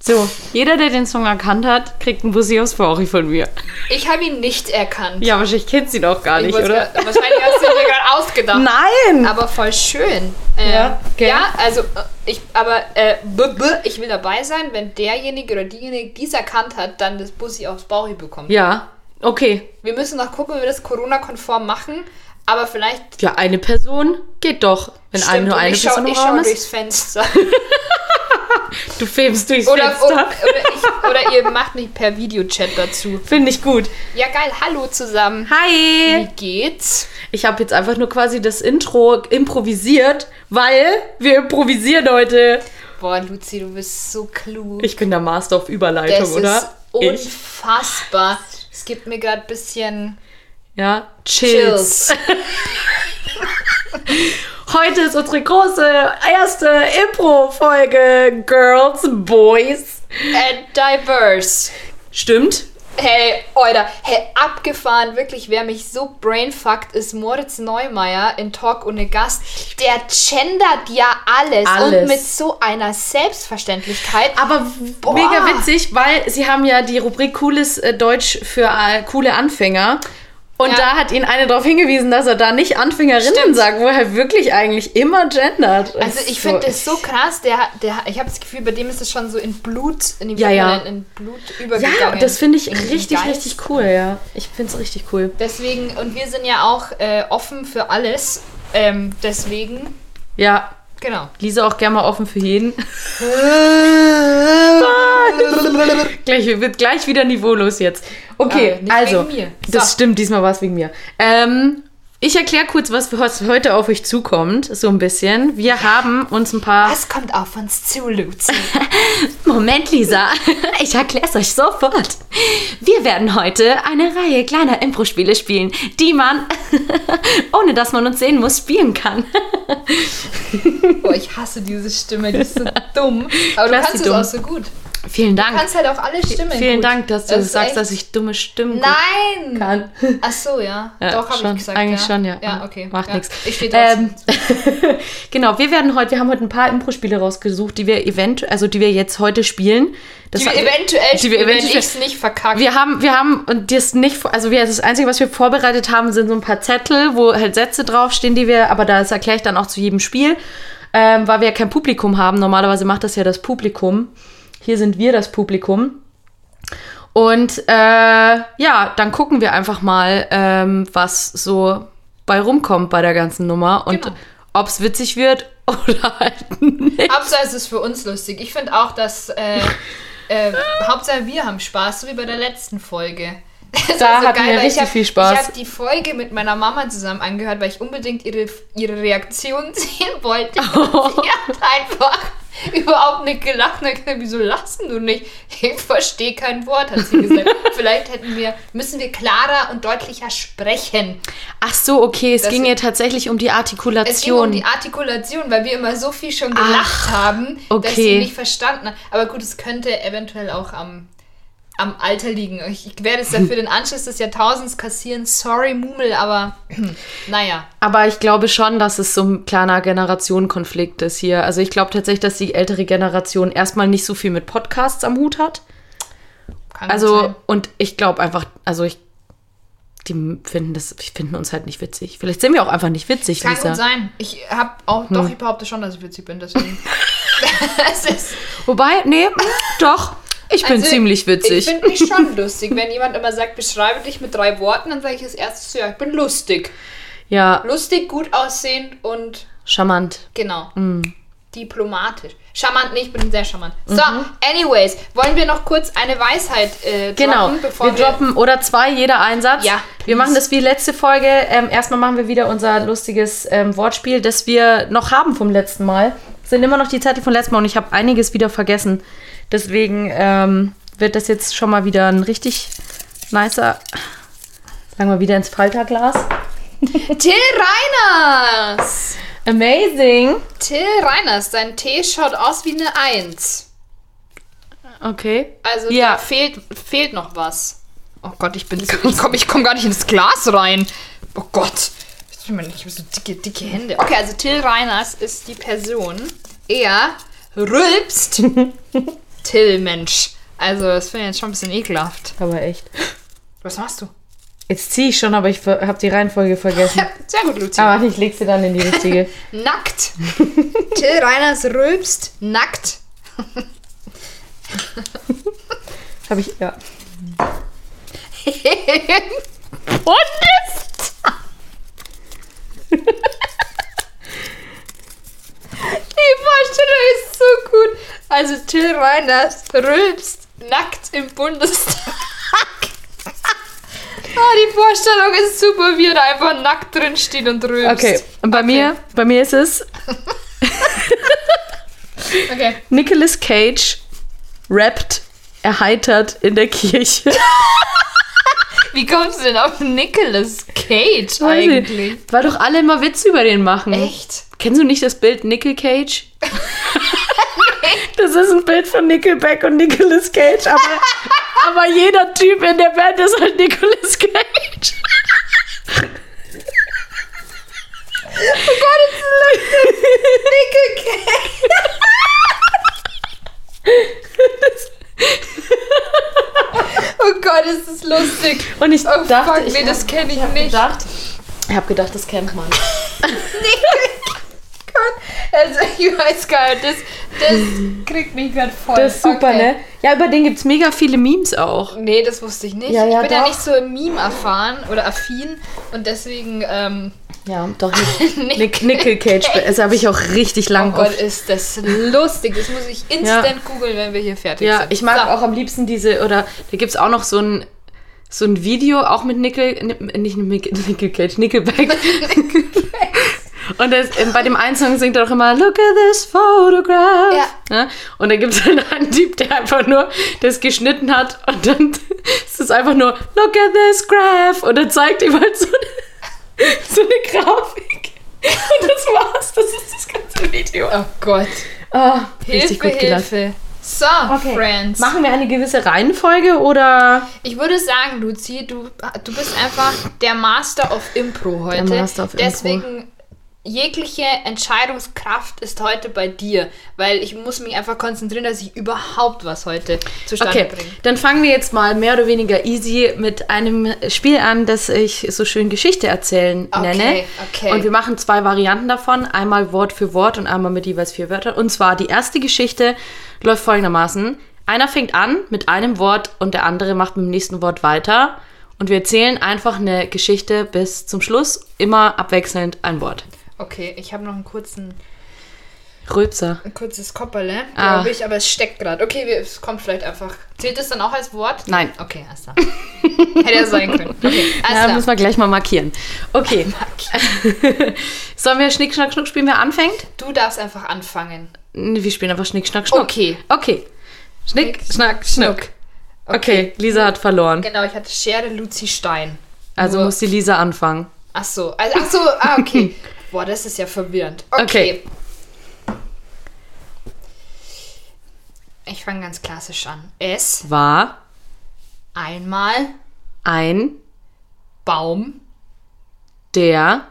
So, jeder, der den Song erkannt hat, kriegt einen Bussi aufs Bauchi von mir. Ich habe ihn nicht erkannt. Ja, wahrscheinlich kennt sie doch gar Ich Ah. nicht, wollte- oder? Wahrscheinlich hast du ihn dir gerade ausgedacht. Nein! Aber voll schön. Ähm, Ja, ja, okay. ja, also äh, ich, aber äh, b -b ich will dabei sein, wenn derjenige oder diejenige, die es erkannt hat, dann das Bussi aufs Bauchi bekommt. ja, okay. Wir müssen noch gucken, ob wir das Corona-konform machen, aber vielleicht Ja, eine Person geht doch. Wenn einem nur und eine ich schau- Person im ich schau Raum ist. durchs Fenster. Du filmst durchs oder, Fenster. oder, oder, ich, oder ihr macht mich per Videochat dazu. Finde ich gut. Ja, geil. Hallo zusammen. Wie Hi! geht's? Ich habe jetzt einfach nur quasi das Intro improvisiert, weil wir improvisieren heute. Boah, Luzi, du bist so klug. Ich bin der Master auf Überleitung, das ist oder? ich, unfassbar. Es gibt mir gerade ein bisschen ja, Chills. Chills. Heute ist unsere große erste Impro-Folge Girls, Boys. And diverse. Stimmt. Hey, Alter, hey, abgefahren, wirklich, wer mich so brainfuckt, ist Moritz Neumeier in Talk ohne Gast. Der gendert ja alles, Alles. und mit so einer Selbstverständlichkeit. Aber Boah. mega witzig, weil sie haben ja die Rubrik Cooles äh, Deutsch für äh, coole Anfänger. Und Ja. da hat ihn eine darauf hingewiesen, dass er da nicht Anfängerinnen sagt, wo er wirklich eigentlich immer gendert. Also ich finde das so krass, der, der, ich habe das Gefühl, bei dem ist es schon so in Blut, in, die Ja, ja. in, in Blut Ja, übergegangen. das finde ich In den richtig, Geist. richtig cool, ja. Ich finde es richtig cool. Deswegen, und wir sind ja auch äh, offen für alles. Ähm, deswegen, Ja, genau. Lisa auch gerne mal offen für jeden. gleich, wird gleich wieder niveaulos jetzt. Ah, Okay, nicht also, wegen mir. So. das stimmt, diesmal war es wegen mir. Ähm, ich erkläre kurz, was, was heute auf euch zukommt, so ein bisschen. Wir haben uns ein paar... Was kommt auf uns zu, Luzi? Moment, Lisa. Ich erklär's euch sofort. Wir werden heute eine Reihe kleiner Impro-Spiele spielen, die man, ohne dass man uns sehen muss, spielen kann. Boah, ich hasse diese Stimme, die ist so dumm. Klar Aber ist du kannst sie es dumm. auch so gut. Du Vielen Dank. kannst halt auch alle Stimmen Vielen gut. Dank, dass du Das ist sagst, echt- dass ich dumme Stimmen Nein! kann. Ach so, ja. Ja, Doch, habe schon, ich gesagt. Eigentlich ja. schon, ja. Ja, okay. Macht ja. nichts. Ich stehe ähm, trotzdem. Genau, wir werden heute, wir haben heute ein paar Impro-Spiele rausgesucht, die wir eventuell, also die wir jetzt heute spielen. Das die wir hat- eventuell, die wir wenn ich eventuell- es nicht verkacke. Wir haben, wir haben und das nicht, vor- also wir, das Einzige, was wir vorbereitet haben, sind so ein paar Zettel, wo halt Sätze draufstehen, die wir, aber das erkläre ich dann auch zu jedem Spiel, ähm, weil wir ja kein Publikum haben. Normalerweise macht das ja das Publikum. Hier sind wir das Publikum. Und äh, ja, dann gucken wir einfach mal, ähm, was so bei rumkommt bei der ganzen Nummer und Genau. ob es witzig wird oder halt nicht. Abseits ist für uns lustig. Ich finde auch, dass äh, äh, Hauptsache wir haben Spaß, so wie bei der letzten Folge. Das Da war hatten wir weil ich richtig hab, viel Spaß. Ich habe die Folge mit meiner Mama zusammen angehört, weil ich unbedingt ihre, ihre Reaktion sehen wollte. Oh. Sie hat einfach überhaupt nicht gelacht. Und hat gesagt, wieso lassen du nicht? Ich verstehe kein Wort, hat sie gesagt. Vielleicht hätten wir, müssen wir klarer und deutlicher sprechen. Ach so, okay, es Das- ging ja tatsächlich um die Artikulation. Es ging um die Artikulation, weil wir immer so viel schon gelacht haben, dass okay. sie nicht verstanden haben. Aber gut, es könnte eventuell auch am, am Alter liegen. Ich, ich werde es dann für den Anschluss des Jahrtausends kassieren. Sorry, Mumel, aber naja. Aber ich glaube schon, dass es so ein kleiner Generationenkonflikt ist hier. Also ich glaube tatsächlich, dass die ältere Generation erstmal nicht so viel mit Podcasts am Hut hat. Kann Also sein. und ich glaube einfach, also ich, die finden das, die finden uns halt nicht witzig. Vielleicht sind wir auch einfach nicht witzig, Kann Lisa. Hm. gut sein. Ich habe auch, doch, ich behaupte schon, dass ich witzig bin, deswegen. es ist, Wobei, nee, doch, ich bin also, ziemlich witzig. Ich finde mich schon lustig. Wenn jemand immer sagt, beschreibe dich mit drei Worten, dann sage ich als erstes, ja, ich bin lustig. ja, Lustig, gut aussehend und charmant. Genau. Mm. Diplomatisch. Charmant, nee, ich bin sehr charmant. So, Mhm. anyways, wollen wir noch kurz eine Weisheit äh, droppen, Genau, bevor wir droppen oder zwei jeder Einsatz. Ja, wir please. machen das wie letzte Folge. Ähm, erstmal machen wir wieder unser lustiges ähm, Wortspiel, das wir noch haben vom letzten Mal. Es sind immer noch die Zettel von letztem Mal und ich habe einiges wieder vergessen. Deswegen ähm, wird das jetzt schon mal wieder ein richtig nicer. Sagen wir wieder ins Falterglas. Till Reiners! Amazing! Till Reiners, dein Tee schaut aus wie eine Eins. Okay. Also Ja. da fehlt, fehlt noch was. Oh Gott, ich bin. so- Ich komme ich komm gar nicht ins Glas rein. Oh Gott. Ich meine, ich habe so dicke, dicke Hände. Okay, also Till Reiners ist die Person. Er rülpst Till, Mensch. Also, das finde ich jetzt schon ein bisschen ekelhaft. Aber echt. Was machst du? Jetzt ziehe ich schon, aber ich ver- habe die Reihenfolge vergessen. Sehr gut, Luzi. Aber ich leg sie dann in die richtige. Nackt. Till Reiners rülpst nackt. Habe ich, ja. Bundes. Die Vorstellung ist so gut. Also Till Reiners rülpst nackt im Bundestag. ah, die Vorstellung ist super, wie er da einfach nackt drin steht und rülpst. Okay, und bei mir, bei mir ist es Okay. Nicolas Cage rappt erheitert in der Kirche. Wie kommst du denn auf Nicolas Weiß Cage ich nicht. eigentlich? Weil doch alle immer Witze über den machen. Echt? Kennst du nicht das Bild Nickel Cage? das ist ein Bild von Nickelback und Nicolas Cage, aber, aber jeder Typ in der Band ist halt Nicolas Cage. Oh Nickel Cage. oh Gott, ist das lustig. Und ich Oh dachte, fuck, ich nee, das kenne ich, nicht. gedacht, ich habe gedacht, das kennt man. Gott, also ich weiß gar nicht, das, das kriegt mich gerade voll. Das ist super, Okay. ne? Ja, über den gibt's mega viele Memes auch. Nee, das wusste ich nicht. Ja, ja, ich bin ja doch. nicht so im Meme erfahren oder affin und deswegen, ähm, Ja, doch. Nic- Nic Nick. Nickel Cage. Das habe also ich auch richtig Oh lang Gott, auf. ist das lustig. Das muss ich instant googeln, wenn wir hier fertig Ja, sind. ich mag So. auch am liebsten diese, oder da gibt's auch noch so ein, so ein Video, auch mit Nickel, Ni- nicht Nickel, Nickel Cage, Nickelback. Und das, ähm, bei dem einen Song singt er auch immer Look at this photograph. Ja. Ne? Und da gibt es dann einen Typ, der einfach nur das geschnitten hat und dann ist es einfach nur Look at this graph und dann zeigt ihm halt so eine, so eine Grafik. Und das war's, das ist das ganze Video. Oh Gott. Oh, richtig Hilfe, gut gelacht. Hilfe. So, Friends. Machen wir eine gewisse Reihenfolge oder? Ich würde sagen, Luzi, du, du bist einfach der Master of Impro heute. Master of Impro. Deswegen, jegliche Entscheidungskraft ist heute bei dir, weil ich muss mich einfach konzentrieren, dass ich überhaupt was heute zustande Okay, bringe. dann fangen wir jetzt mal mehr oder weniger easy mit einem Spiel an, das ich so schön Geschichte erzählen Okay, nenne. okay. Und wir machen zwei Varianten davon, einmal Wort für Wort und einmal mit jeweils vier Wörtern. Und zwar die erste Geschichte läuft folgendermaßen. Einer fängt an mit einem Wort und der andere macht mit dem nächsten Wort weiter. Und wir erzählen einfach eine Geschichte bis zum Schluss, immer abwechselnd ein Wort. Okay, ich habe noch einen kurzen, Rülpser. ein kurzes Kopperle, Ah. glaube ich, aber es steckt gerade. Okay, wir, es kommt vielleicht einfach. Zählt es dann auch als Wort? Nein. Okay, alles klar. Hätte ja sein können. Okay, Ja, alles müssen klar. wir gleich mal markieren. Okay. Sollen wir Schnick, Schnack, Schnuck spielen, wer anfängt? Du darfst einfach anfangen. Nee, Wir spielen einfach Schnick, Schnack, Schnuck. Okay. Okay. Schnick, Schnick, Schnack, Schnuck. Okay, Lisa hat verloren. Genau, ich hatte Schere, Luzi, Stein. Also Nur- muss die Lisa anfangen. Ach so, also, ach so, ah, okay. Boah, das ist ja verwirrend. Okay. Ich fange ganz klassisch an. Es War einmal ein Baum der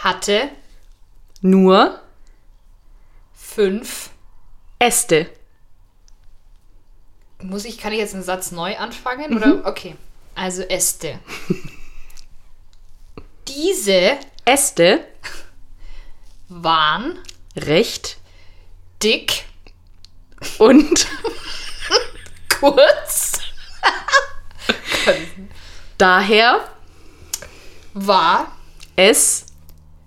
hatte nur fünf. Äste. Muss ich, kann ich jetzt einen Satz neu anfangen? Oder? Okay. Also Äste. Diese Äste waren recht dick, und kurz, daher war es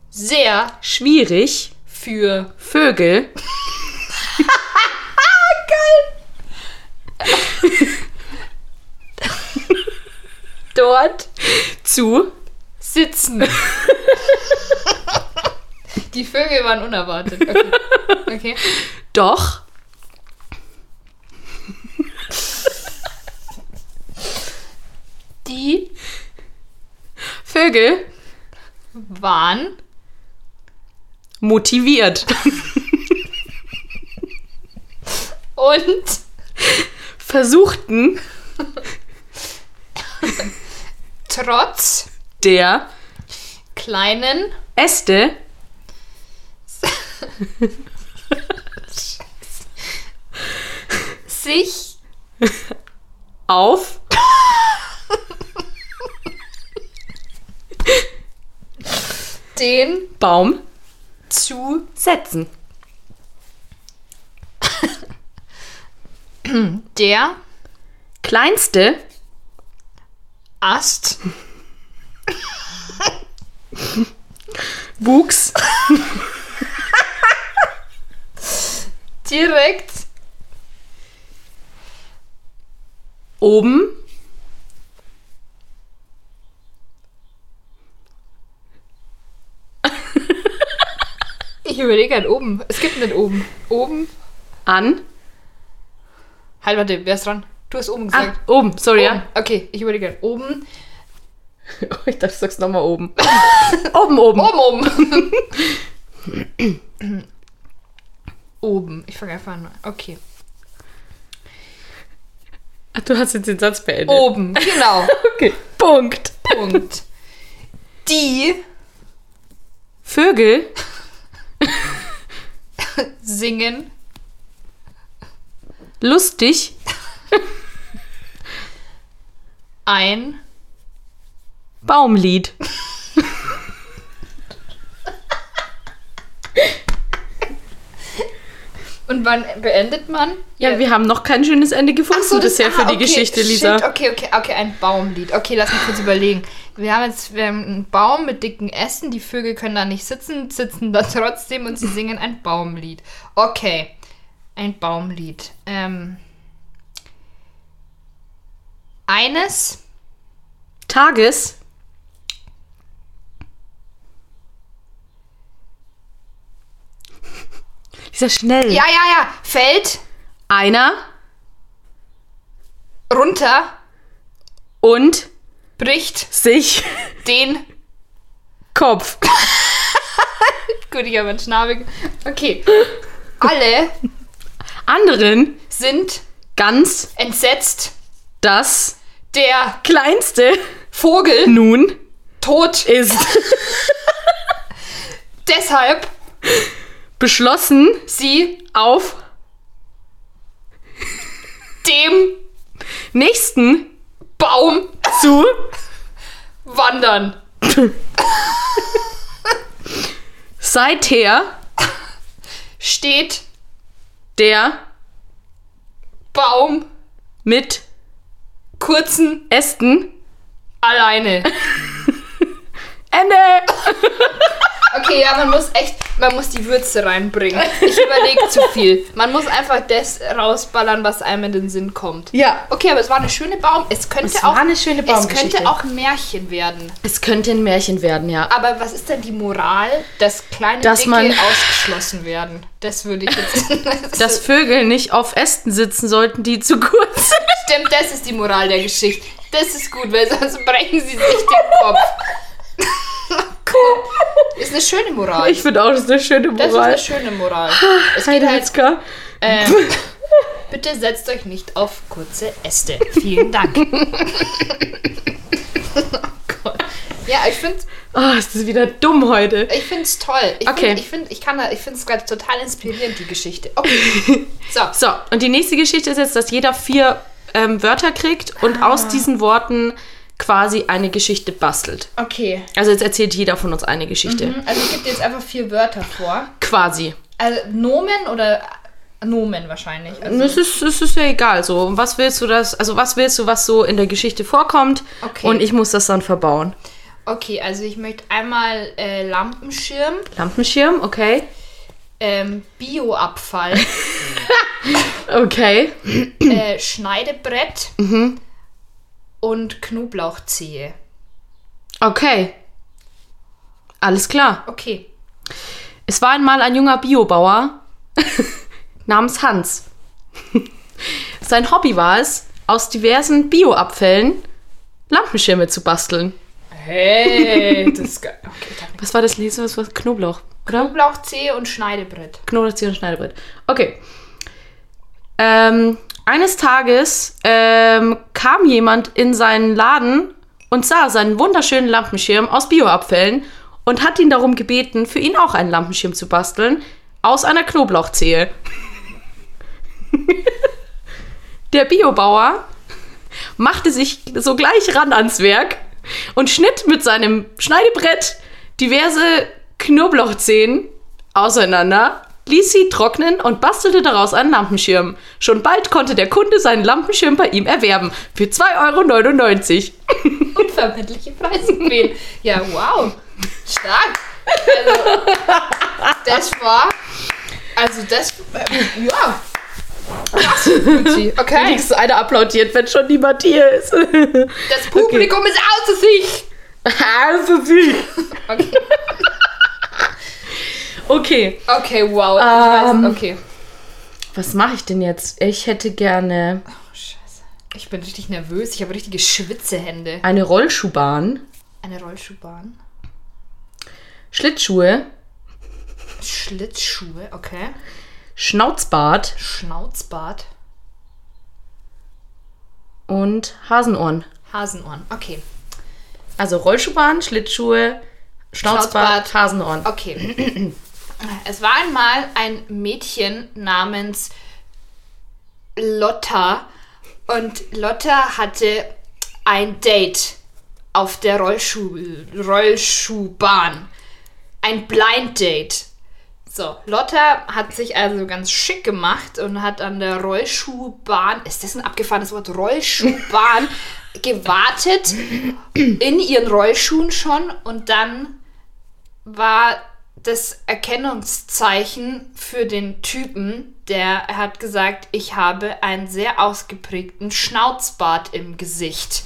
sehr schwierig für Vögel dort zu sitzen. Die Vögel waren unerwartet. Okay. okay. doch Die Vögel waren motiviert. und versuchten Trotz der kleinen Äste sich auf den Baum zu setzen. der Kleinste Ast wuchs direkt oben ich überlege an oben. Es gibt nicht oben. Oben. an. Halt, warte, wer ist dran? Du hast oben Ah, gesagt. oben, sorry, ja. Oben. Okay, ich überlege an oben. Oh. Ich dachte, du sagst nochmal oben. Oh. oben, oben. Oben, oben. oben. Ich fange einfach an. Okay. Ach, du hast jetzt den Satz beendet. Oben. Genau. Okay. Oh. Punkt. Punkt. Die Vögel singen lustig ein Baumlied. und wann beendet man? Ja, wir haben noch kein schönes Ende gefunden Ach so, das- bisher für ah, die okay, Geschichte, shit, Lisa. okay, okay, okay, ein Baumlied. Okay, lass mich kurz überlegen. Wir haben jetzt wir haben einen Baum mit dicken Ästen, die Vögel können da nicht sitzen, sitzen da trotzdem und sie singen ein Baumlied. Okay, ein Baumlied. Ähm, eines Tages Lisa, schnell. Ja, ja, ja. Fällt Einer runter, und bricht sich den. Kopf. Gut, ich habe einen Schnabel. Okay. Alle Anderen sind ganz entsetzt. das Der kleinste Vogel nun tot. ist Deshalb beschlossen sie auf dem nächsten Baum zu wandern. seither Steht der Baum mit kurzen Ästen alleine. Ende. Okay, ja, man muss echt, man muss die Würze reinbringen. Ich überlege zu viel. Man muss einfach das rausballern, was einem in den Sinn kommt. Ja. Okay, aber es war eine schöne Baum. Es könnte Es auch war eine schöne es Baumgeschichte. könnte auch ein Märchen werden. Es könnte ein Märchen werden, ja. Aber was ist denn die Moral, dass kleine Dass Dicke man- ausgeschlossen werden? Das würde ich jetzt. Dass Vögel nicht auf Ästen sitzen sollten, die zu kurz sind. stimmt, das ist die Moral der Geschichte. Das ist gut, weil sonst brechen sie sich den Kopf. Cool. ist eine schöne Moral. Ich finde auch, das ist eine schöne das ist eine Moral. schöne Moral. Es geht halt, Heidewitzka. ähm, bitte setzt euch nicht auf kurze Äste. Vielen Dank. oh Gott. Ja, ich finde Oh, ist das wieder dumm heute. Ich finde es toll. Ich Okay. Find, ich finde, ich kann, da- ich finde es gerade total inspirierend die Geschichte. Okay. So. So, und die nächste Geschichte ist jetzt, dass jeder vier ähm, Wörter kriegt und Ah. aus diesen Worten quasi eine Geschichte bastelt. Okay. Also jetzt erzählt jeder von uns eine Geschichte. Also ich gebe dir jetzt einfach vier Wörter vor. Quasi. Also Nomen oder Nomen wahrscheinlich. Also, Es ist, es ist ja egal so. Und Was willst du das, also was willst du, was so in der Geschichte vorkommt? Okay. Und ich muss das dann verbauen. okay, also ich möchte einmal äh, Lampenschirm, Lampenschirm, okay. ähm, Bioabfall, Okay. äh, Schneidebrett und Knoblauchzehe. Okay. Alles klar. Okay. Es war einmal ein junger Biobauer namens Hans. Sein Hobby war es, aus diversen Bioabfällen Lampenschirme zu basteln. Hey, das ist geil. Okay, dann Was war das Lese? Was war das? Knoblauch, oder? Knoblauchzehe und Schneidebrett. Knoblauchzehe und Schneidebrett. Okay. Ähm, Eines Tages ähm, kam jemand in seinen Laden und sah seinen wunderschönen Lampenschirm aus Bioabfällen und hat ihn darum gebeten, für ihn auch einen Lampenschirm zu basteln aus einer Knoblauchzehe. Der Biobauer machte sich sogleich ran ans Werk und schnitt mit seinem Schneidebrett diverse Knoblauchzehen auseinander, ließ sie trocknen und bastelte daraus einen Lampenschirm. Schon bald konnte der Kunde seinen Lampenschirm bei ihm erwerben für 2,99 Euro. Unverbindliche Preise gewählt. Ja, wow. Stark. Also, das war. Also, das. äh, Ja. Krass, Luzi. Okay. Wenigstens einer applaudiert, wenn schon niemand hier ist. Das Publikum ist außer sich. also sie. Okay. Okay, Okay, wow. Ich Ähm. weiß, okay. was mache ich denn jetzt? Ich hätte gerne Oh, Scheiße. Ich bin richtig nervös. Ich habe richtige Schwitzehände. eine Rollschuhbahn, Eine Rollschuhbahn. Schlittschuhe, Schlittschuhe, okay. Schnauzbart Schnauzbart. und Hasenohren. Hasenohren. Okay. Also Rollschuhbahn, Schlittschuhe, Schnauzbart, Schnauzbart. Oh. Hasenohren. Okay. Es war einmal ein Mädchen namens Lotta und Lotta hatte ein Date auf der Rollschuh Rollschuhbahn. Ein Blind Date. So, Lotta hat sich also ganz schick gemacht und hat an der Rollschuhbahn, ist das ein abgefahrenes Wort, Rollschuhbahn, gewartet in ihren Rollschuhen schon und dann war das Erkennungszeichen für den Typen, der hat gesagt, ich habe einen sehr ausgeprägten Schnauzbart im Gesicht.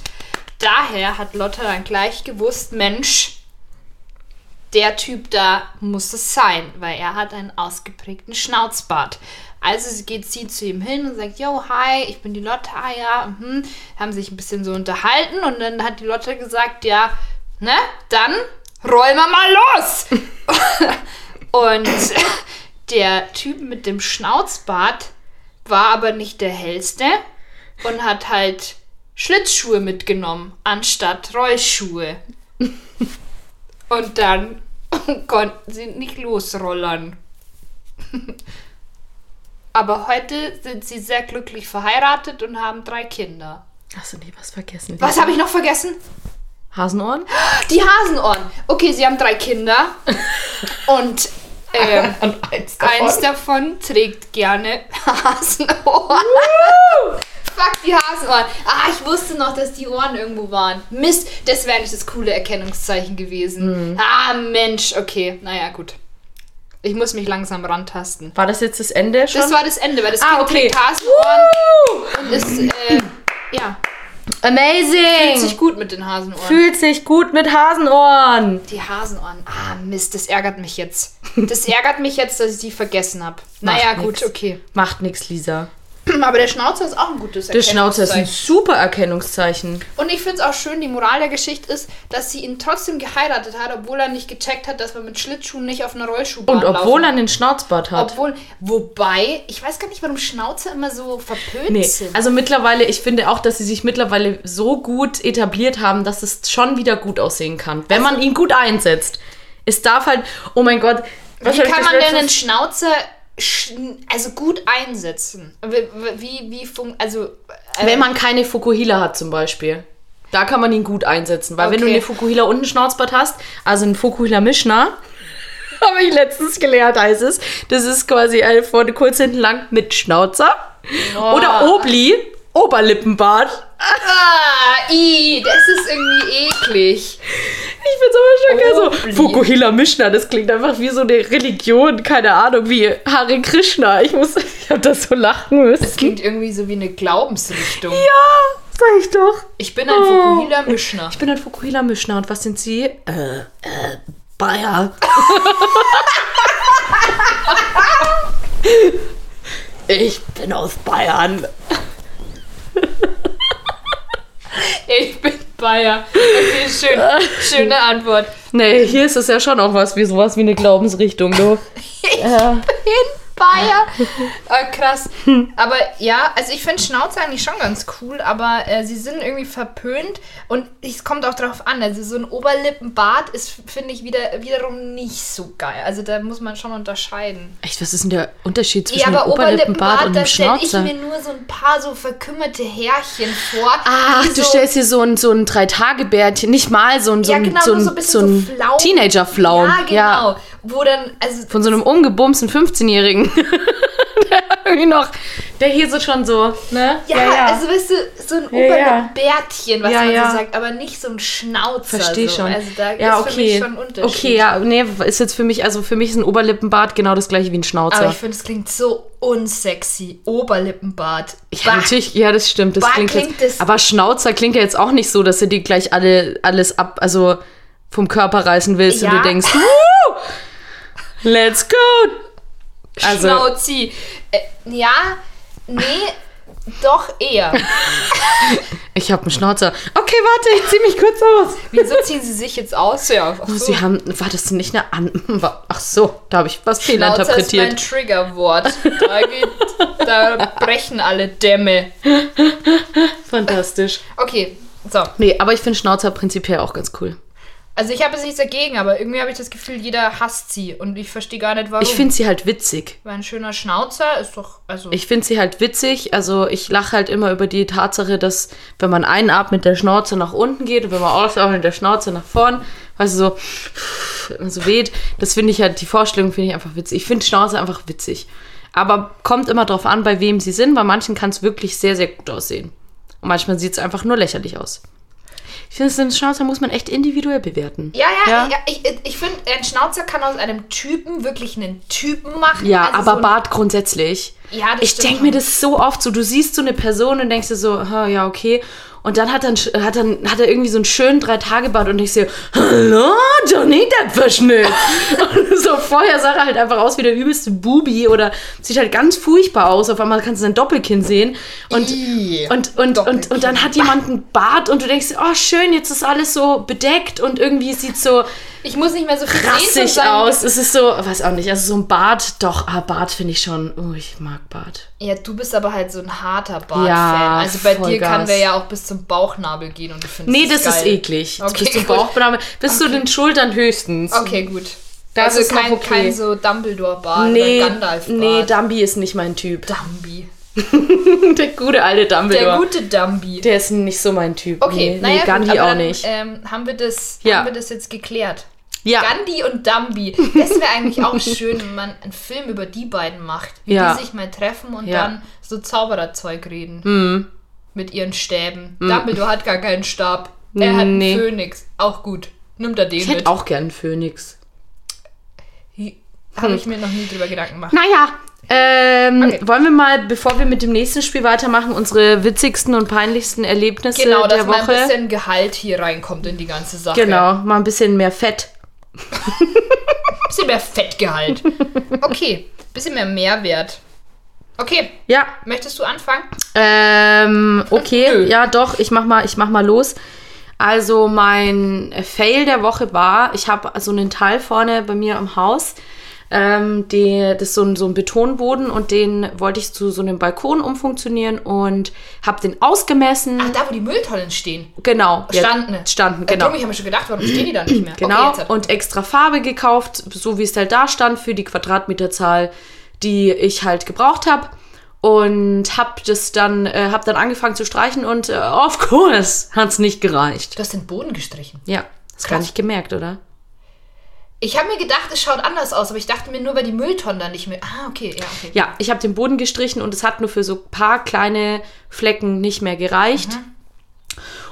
Daher hat Lotta dann gleich gewusst, Mensch, der Typ da muss es sein, weil er hat einen ausgeprägten Schnauzbart. Also sie geht sie zu ihm hin und sagt, yo, hi, ich bin die Lotta, ah ja, mhm. haben sich ein bisschen so unterhalten und dann hat die Lotta gesagt, ja, ne, dann rollen wir mal los. Und der Typ mit dem Schnauzbart war aber nicht der hellste und hat halt Schlittschuhe mitgenommen anstatt Rollschuhe. Und dann konnten sie nicht losrollern. Aber heute sind sie sehr glücklich verheiratet und haben drei Kinder. Hast du nicht was vergessen? Was habe ich noch vergessen? Hasenohren? Die Hasenohren. Okay, sie haben drei Kinder. Und ähm, Und eins Eins davon trägt gerne Hasenohren. Fuck die Hasenohren. Ah, ich wusste noch, dass die Ohren irgendwo waren. Mist, das wäre nicht das coole Erkennungszeichen gewesen. Ah, Mensch, okay. Naja, gut. Ich muss mich langsam rantasten. War das jetzt das Ende schon? Das war das Ende, weil das Ah, Kind okay. trägt Hasenohren und ist, äh, ja, fühlt sich Amazing! gut mit den Hasenohren. Fühlt sich gut mit Hasenohren. die Hasenohren. Ah, Mist, das ärgert mich jetzt. Das ärgert mich jetzt, dass ich die vergessen habe. Macht Naja, gut, nix. okay. Macht nix, Lisa. Aber der Schnauzer ist auch ein gutes Der Schnauzer ist ein Erkennungszeichen. super Erkennungszeichen. Und ich finde es auch schön, die Moral der Geschichte ist, dass sie ihn trotzdem geheiratet hat, obwohl er nicht gecheckt hat, dass man mit Schlittschuhen nicht auf einer Rollschuhbahn Und obwohl er laufen. einen Schnauzbart hat. Obwohl, wobei, ich weiß gar nicht, warum Schnauze immer so verpönt Nee, sind. also mittlerweile, ich finde auch, dass sie sich mittlerweile so gut etabliert haben, dass es schon wieder gut aussehen kann, wenn man ihn gut einsetzt. Es darf halt, oh mein Gott, was wie hab ich kann das man denn letztens- einen Schnauzer schn also gut einsetzen? Wie, wie, wie fun also, äh, Wenn man keine Fukuhila hat zum Beispiel, da kann man ihn gut einsetzen. Weil wenn du Okay. eine Fukuhila und einen Schnauzbart hast, also einen Fukuhila Mischner, habe ich letztens gelernt, heißt es. Das ist quasi eine vorne kurz hinten lang mit Schnauzer. Oder Obli, Oberlippenbart. ah, i, das ist irgendwie eklig. Ich find's aber schon geil Obli. so. Fukuhila Mischner, das klingt einfach wie so eine Religion, keine Ahnung, wie Hare Krishna. Ich muss, ich hab das so lachen Das müssen. klingt irgendwie so wie eine Glaubensrichtung. Ja, sag ich doch. Ich bin Oh. ein Fukuhila Mischner. Ich bin ein Fukuhila Mischner und was sind Sie? Äh, äh, Bayer. ich bin aus Bayern. Ich bin Bayer. Okay, schön. Schöne Antwort. Nee, hier ist es ja schon auch was wie sowas wie eine Glaubensrichtung, du. Ich Äh, bin Bayer. Äh, krass. Aber ja, also ich finde Schnauze eigentlich schon ganz cool, aber äh, sie sind irgendwie verpönt und es kommt auch drauf an. Also so ein Oberlippenbart ist, finde ich, wieder, wiederum nicht so geil. Also da muss man schon unterscheiden. Echt, was ist denn der Unterschied zwischen Ja, aber einem Oberlippenbart Oberlippenbart, und da einem stelle ich Schnauzer? mir nur so ein paar so verkümmerte Härchen vor. Ach, die Ah, du so- stellst dir so ein, so ein Drei-Tage-Bärtchen, nicht mal so ein, so ja, ein, genau, so nur ein, so ein bisschen so, Flaum. Teenager-Flaum. Ja, genau. Ja. Wo dann, also Von so einem umgebumsten 15-Jährigen. der irgendwie noch, der hier so schon so, ne? Ja, also weißt du, so ein Ja, ja. Oberbärtchen, was Ja, man ja. so sagt, aber nicht so ein Schnauzer. Verstehe so. schon. Also da ja, ist okay. für mich schon ein Unterschied. Okay, ja, nee, ist jetzt für mich, also für mich ist ein Oberlippenbart genau das gleiche wie ein Schnauzer. Aber ich finde, es klingt so unsexy. Oberlippenbart. Ja, Bah. natürlich, ja, das stimmt. Das Bah, klingt klingt jetzt, das- aber Schnauzer klingt ja jetzt auch nicht so, dass du dir gleich alle, alles ab, also vom Körper reißen willst und Ja. du denkst, "Woo, let's go. Also- Schnauzi. Äh, ja, nee, doch eher. Ich habe einen Schnauzer. Okay, warte, ich zieh mich kurz aus. Wieso ziehen sie sich jetzt aus? Ja, ach so. Sie haben, war das nicht eine An... war- Ach so, da habe ich was Schnauzer ist mein fehlinterpretiert. Triggerwort. Da, geht, da brechen alle Dämme. Fantastisch. Okay, so. Nee, aber ich finde Schnauzer prinzipiell auch ganz cool. Also ich habe jetzt nichts dagegen, aber irgendwie habe ich das Gefühl, jeder hasst sie und ich verstehe gar nicht, warum. Ich finde sie halt witzig. Weil ein schöner Schnauzer ist doch, also Ich finde sie halt witzig. Also ich lache halt immer über die Tatsache, dass wenn man einatmet, mit der Schnauze nach unten geht und wenn man ausatmet, mit der Schnauze nach vorn, weißt du, so, so weht. Das finde ich halt, die Vorstellung finde ich einfach witzig. Ich finde Schnauze einfach witzig. Aber kommt immer drauf an, bei wem sie sind. Bei manchen kann es wirklich sehr, sehr gut aussehen. Und manchmal sieht es einfach nur lächerlich aus. Ich finde, den Schnauzer muss man echt individuell bewerten. ja, ja, Ja. ja. ich, ich finde, ein Schnauzer kann aus einem Typen wirklich einen Typen machen. Ja, Also aber so ein- Bart grundsätzlich. Ja, das ich stimmt denke mir schon. das so oft so. Du siehst so eine Person und denkst dir so, "Ah, ja, okay. Und dann hat, er ein sch- hat, dann, hat er irgendwie so einen schönen Drei-Tage-Bart und denkst dir, hallo, Johnny Depp-Verschnitt. und so vorher sah er halt einfach aus wie der übelste Bubi oder sieht halt ganz furchtbar aus. Auf einmal kannst du sein Doppelkinn sehen. Und, Ih. und, und, und, und dann hat jemand einen Bart und du denkst, dir, oh schön, jetzt ist alles so bedeckt und irgendwie sieht so Ich muss nicht mehr so viel sehen von rassig seinem- aus. Es ist so, weiß auch nicht, also so ein Bart, doch, ah, Bart finde ich schon, oh, ich mag Bart. Ja, du bist aber halt so ein harter Bart-Fan. Ja, also bei dir Vollgas. kann der ja auch bis zum Bauchnabel gehen und du findest Nee, es das ist geil. eklig. Jetzt Okay, bist du gut. Bauchbenahme, bis zu den Schultern höchstens. Okay, also gut. Das also ist noch kein, okay. kein so Dumbledore-Bart Nee, oder Gandalf-Bart. nee, Dumbi ist nicht mein Typ. Dumbi. Der gute alte Dumbledore. Der, Der gute Dumbi. ist nicht so mein Typ. Okay, nee, naja, nee Gandhi gut, aber auch dann, nicht. Ähm, haben, wir das, Ja. haben wir das jetzt geklärt? Ja. Gandhi und Dumbi. Das wäre eigentlich auch schön, wenn man einen Film über die beiden macht, wie Ja. die sich mal treffen und Ja. Mhm. dann so Zaubererzeug reden. Mit ihren Stäben. Dumbledore hat gar keinen Stab. Er hat einen Nee. Phönix. Auch gut. Nimmt er den ich mit. hätte auch gern einen Phönix. Hm. Habe ich mir noch nie drüber Gedanken gemacht. Naja, ähm, Okay. wollen wir mal, bevor wir mit dem nächsten Spiel weitermachen, unsere witzigsten und peinlichsten Erlebnisse Genau, dass der mal ein Woche. bisschen Gehalt hier reinkommt in die ganze Sache. genau, mal ein bisschen mehr Fett. Bisschen mehr Fettgehalt. Okay. Bisschen mehr Mehrwert. Okay. Ja, Möchtest du anfangen? Ähm, okay, Nö. ja doch, ich mach mal, ich mach mal los. Also mein Fail der Woche war, ich habe so einen Teil vorne bei mir am Haus, ähm, die, das ist so ein, so ein Betonboden und den wollte ich zu so einem Balkon umfunktionieren und habe den ausgemessen. Ach, da, wo die Mülltonnen stehen. genau. ja, Standen. Standen, Äh, genau. Dumm, ich habe mir schon gedacht, warum stehen die da nicht mehr? Genau. Okay, jetzt. und extra Farbe gekauft, so wie es halt da stand, für die Quadratmeterzahl, die ich halt gebraucht habe. Und hab das dann, äh, hab dann angefangen zu streichen und äh, of course hat's nicht gereicht. du hast den Boden gestrichen. Ja, das gar Krass. nicht gemerkt, oder? Ich habe mir gedacht, es schaut anders aus, aber ich dachte mir nur, weil die Mülltonnen da nicht mehr. Ah, okay, ja, okay. Ja, ich habe den Boden gestrichen und es hat nur für so ein paar kleine Flecken nicht mehr gereicht.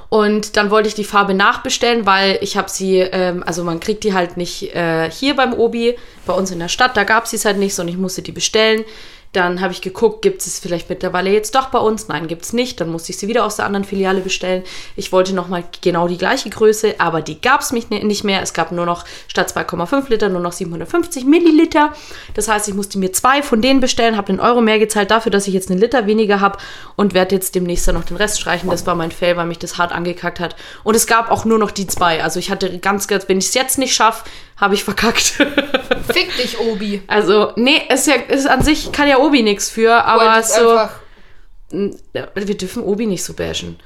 Und dann wollte ich die Farbe nachbestellen, weil ich habe sie, ähm, also man kriegt die halt nicht äh, hier beim Obi, bei uns in der Stadt, da gab sie es halt nicht, sondern ich musste die bestellen. Dann habe ich geguckt, gibt es vielleicht mittlerweile jetzt doch bei uns? Nein, gibt es nicht. Dann musste ich sie wieder aus der anderen Filiale bestellen. Ich wollte nochmal genau die gleiche Größe, aber die gab es nicht mehr. Es gab nur noch statt 2,5 Liter nur noch 750 Milliliter. Das heißt, ich musste mir zwei von denen bestellen, habe einen Euro mehr gezahlt dafür, dass ich jetzt einen Liter weniger habe und werde jetzt demnächst dann noch den Rest streichen. Das war mein Fail, weil mich das hart angekackt hat. Und es gab auch nur noch die zwei. Also ich hatte ganz, ganz, wenn ich es jetzt nicht schaffe, habe ich verkackt. Fick dich, Obi. also, nee, ist ja, ist an sich kann ja Obi nichts für, aber Wolltest so. einfach- Wir dürfen Obi nicht so bashen.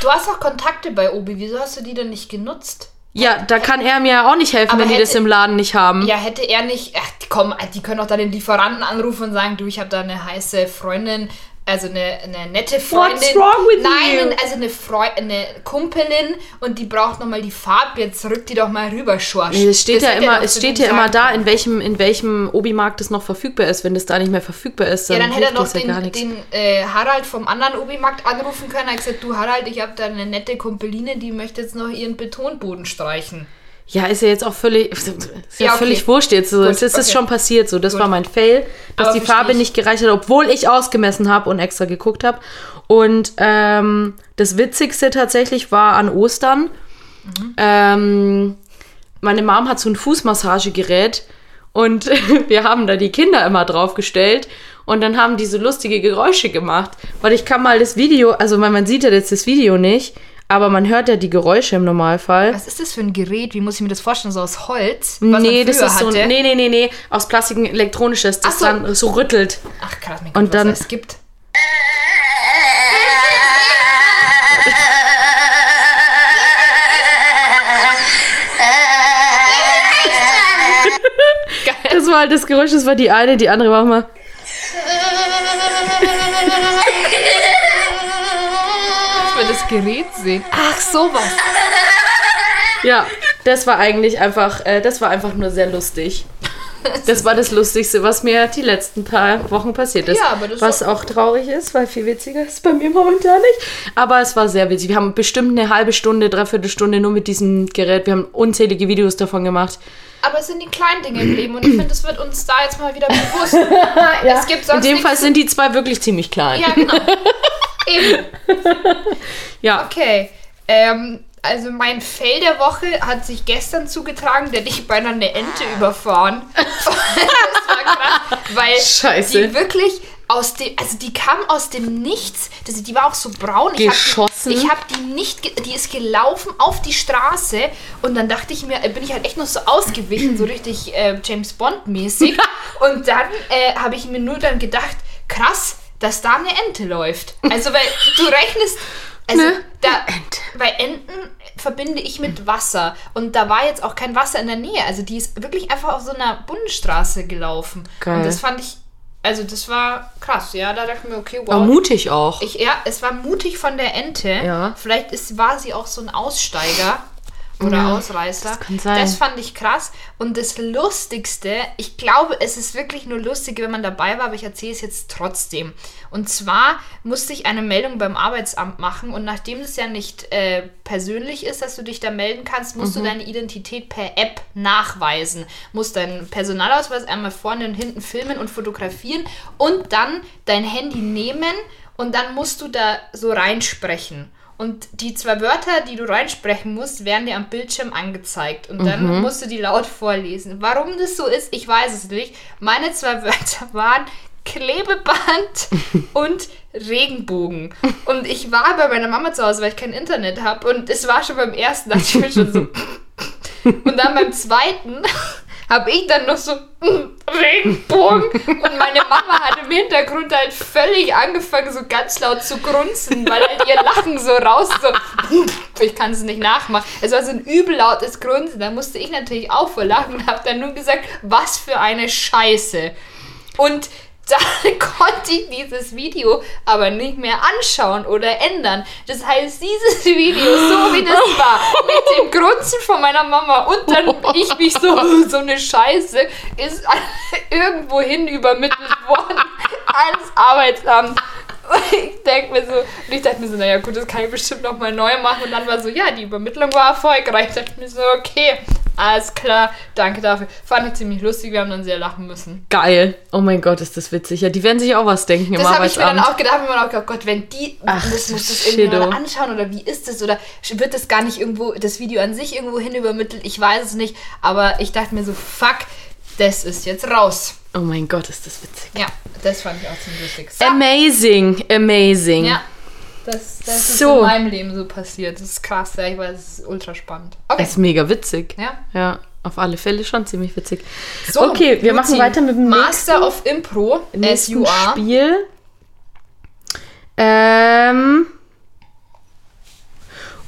Du hast auch Kontakte bei Obi. Wieso hast du die denn nicht genutzt? Ja, da kann er mir ja auch nicht helfen, Aber wenn die hätte- das im Laden nicht haben. Ja, hätte er nicht. Ach, komm, die können auch da den Lieferanten anrufen und sagen, du, ich habe da eine heiße Freundin, also eine, eine nette Freundin. wrong with Nein, you? also eine, Freu eine Kumpelin und die braucht nochmal die Farbe, jetzt rück die doch mal rüber, Schorsch. Nee, es steht Das ja hätte er immer, doch es zu steht dem ja immer sagen da, können. in welchem, in welchem Obi-Markt es noch verfügbar ist. Wenn das da nicht mehr verfügbar ist, Ja, dann, dann hätte er hilft noch das ja gar den, nichts. den äh, Harald vom anderen Obi-Markt anrufen können. Er hat gesagt, du Harald, ich habe da eine nette Kumpeline, die möchte jetzt noch ihren Betonboden streichen. Ja, ist ja jetzt auch völlig, ist ja, Ja, okay. völlig wurscht jetzt. So. Gut, es ist okay. es schon passiert. So, das Gut. war mein Fail, dass Aber die Farbe verstehe ich. nicht gereicht hat, obwohl ich ausgemessen habe und extra geguckt habe. Und ähm, das Witzigste tatsächlich war an Ostern. Mhm. Ähm, meine Mom hat so ein Fußmassagegerät und wir haben da die Kinder immer draufgestellt und dann haben die so lustige Geräusche gemacht, weil ich kann mal das Video, also man, man sieht ja jetzt das Video nicht, aber man hört ja die Geräusche im Normalfall. Was ist das für ein Gerät? Wie muss ich mir das vorstellen? So aus Holz? Was Nee, man das früher ist so ein, hatte? nee, nee, nee, nee, aus Plastik ein elektronisches, das Ach so. dann so rüttelt. Ach krass, mein Und Gott, was dann- es gibt. Das war halt das Geräusch, das war die eine, die andere war auch mal. Ich will das Gerät sehen. Ach, sowas. Ja, das war eigentlich einfach, äh, das war einfach nur sehr lustig. Das war das Lustigste, was mir die letzten paar Wochen passiert ist. Ja, aber das ist was auch traurig ist, weil viel witziger ist bei mir momentan nicht. Aber es war sehr witzig. Wir haben bestimmt eine halbe Stunde, dreiviertel Stunde nur mit diesem Gerät. Wir haben unzählige Videos davon gemacht. Aber es sind die kleinen Dinge im Leben und ich finde, das wird uns da jetzt mal wieder bewusst. Es gibt sonst In dem nichts- Fall sind die zwei wirklich ziemlich klein. Ja, genau. Eben. ja. Okay. Ähm, also mein Fail der Woche hat sich gestern zugetragen, denn ich beinahe eine Ente überfahren. das war krass, weil Scheiße. die wirklich aus dem, also die kam aus dem Nichts, das, die war auch so braun. Ich hab die- Geschossen. Ich habe die nicht, ge- die ist gelaufen auf die Straße und dann dachte ich mir, äh, bin ich halt echt noch so ausgewichen, so richtig äh, James Bond mäßig. und dann äh, habe ich mir nur dann gedacht, krass, dass da eine Ente läuft. Also weil du rechnest, also Ne? da, bei Enten verbinde ich mit Wasser und da war jetzt auch kein Wasser in der Nähe. Also die ist wirklich einfach auf so einer Bundesstraße gelaufen. Geil. Und das fand ich, also das war krass. Ja, da dachte ich mir, okay, wow. War mutig auch. Ich, ja, es war mutig von der Ente. Ja. Vielleicht ist, war sie auch so ein Aussteiger oder Ja, Ausreißer. Das kann sein. Das fand ich krass. Und das Lustigste, ich glaube, es ist wirklich nur lustig, wenn man dabei war, aber ich erzähle es jetzt trotzdem. Und zwar musste ich eine Meldung beim Arbeitsamt machen und nachdem es ja nicht äh, persönlich ist, dass du dich da melden kannst, musst Mhm. du deine Identität per App nachweisen. Musst deinen Personalausweis einmal vorne und hinten filmen und fotografieren und dann dein Handy nehmen und dann musst du da so reinsprechen. Und die zwei Wörter, die du reinsprechen musst, werden dir am Bildschirm angezeigt. Und dann musst du die laut vorlesen. Warum das so ist, ich weiß es nicht. Meine zwei Wörter waren Klebeband und Regenbogen. Und ich war bei meiner Mama zu Hause, weil ich kein Internet habe. Und es war schon beim ersten, dachte ich mir schon so. Und dann beim zweiten habe ich dann noch so "Mm, Regenbogen und meine Mama hat im Hintergrund halt völlig angefangen, so ganz laut zu grunzen, weil halt ihr Lachen so raus, so ich kann es nicht nachmachen. Es war so ein übel lautes Grunzen, da musste ich natürlich auch vor lachen und habe dann nur gesagt, was für eine Scheiße. Und dann konnte ich dieses Video aber nicht mehr anschauen oder ändern. Das heißt, dieses Video, so wie das war, mit dem Grunzen von meiner Mama und dann ich mich so, so eine Scheiße, ist irgendwohin übermittelt worden ans Arbeitsamt. Und ich denke mir so, und ich dachte mir so, naja gut, das kann ich bestimmt nochmal neu machen. Und dann war so, ja, die Übermittlung war erfolgreich. Ich dachte mir so, okay, alles klar, danke dafür. Fand ich ziemlich lustig, wir haben dann sehr lachen müssen. Geil. Oh mein Gott, ist das witzig. Ja, die werden sich auch was denken im Das habe ich mir dann Arbeitsamt. auch gedacht, wenn man auch gedacht, oh Gott, wenn die Ach, oh. das du muss das irgendwie mal Schiddo. anschauen oder wie ist das oder wird das gar nicht irgendwo das Video an sich irgendwo hin übermittelt? Ich weiß es nicht, aber ich dachte mir so, fuck, das ist jetzt raus. Oh mein Gott, ist das witzig. Ähm, Ja, das fand ich auch ziemlich lustig. So, Amazing, amazing. ja, Das, das ist So. in meinem Leben so passiert. Das ist krass, ja, ich weiß, es ist ultra spannend. Okay. Das ist mega witzig. ja. Ja, auf alle Fälle schon ziemlich witzig. So, okay, wir machen Luzi, weiter mit dem Master of Impro, nächsten, nächsten SUA. Spiel. Ähm.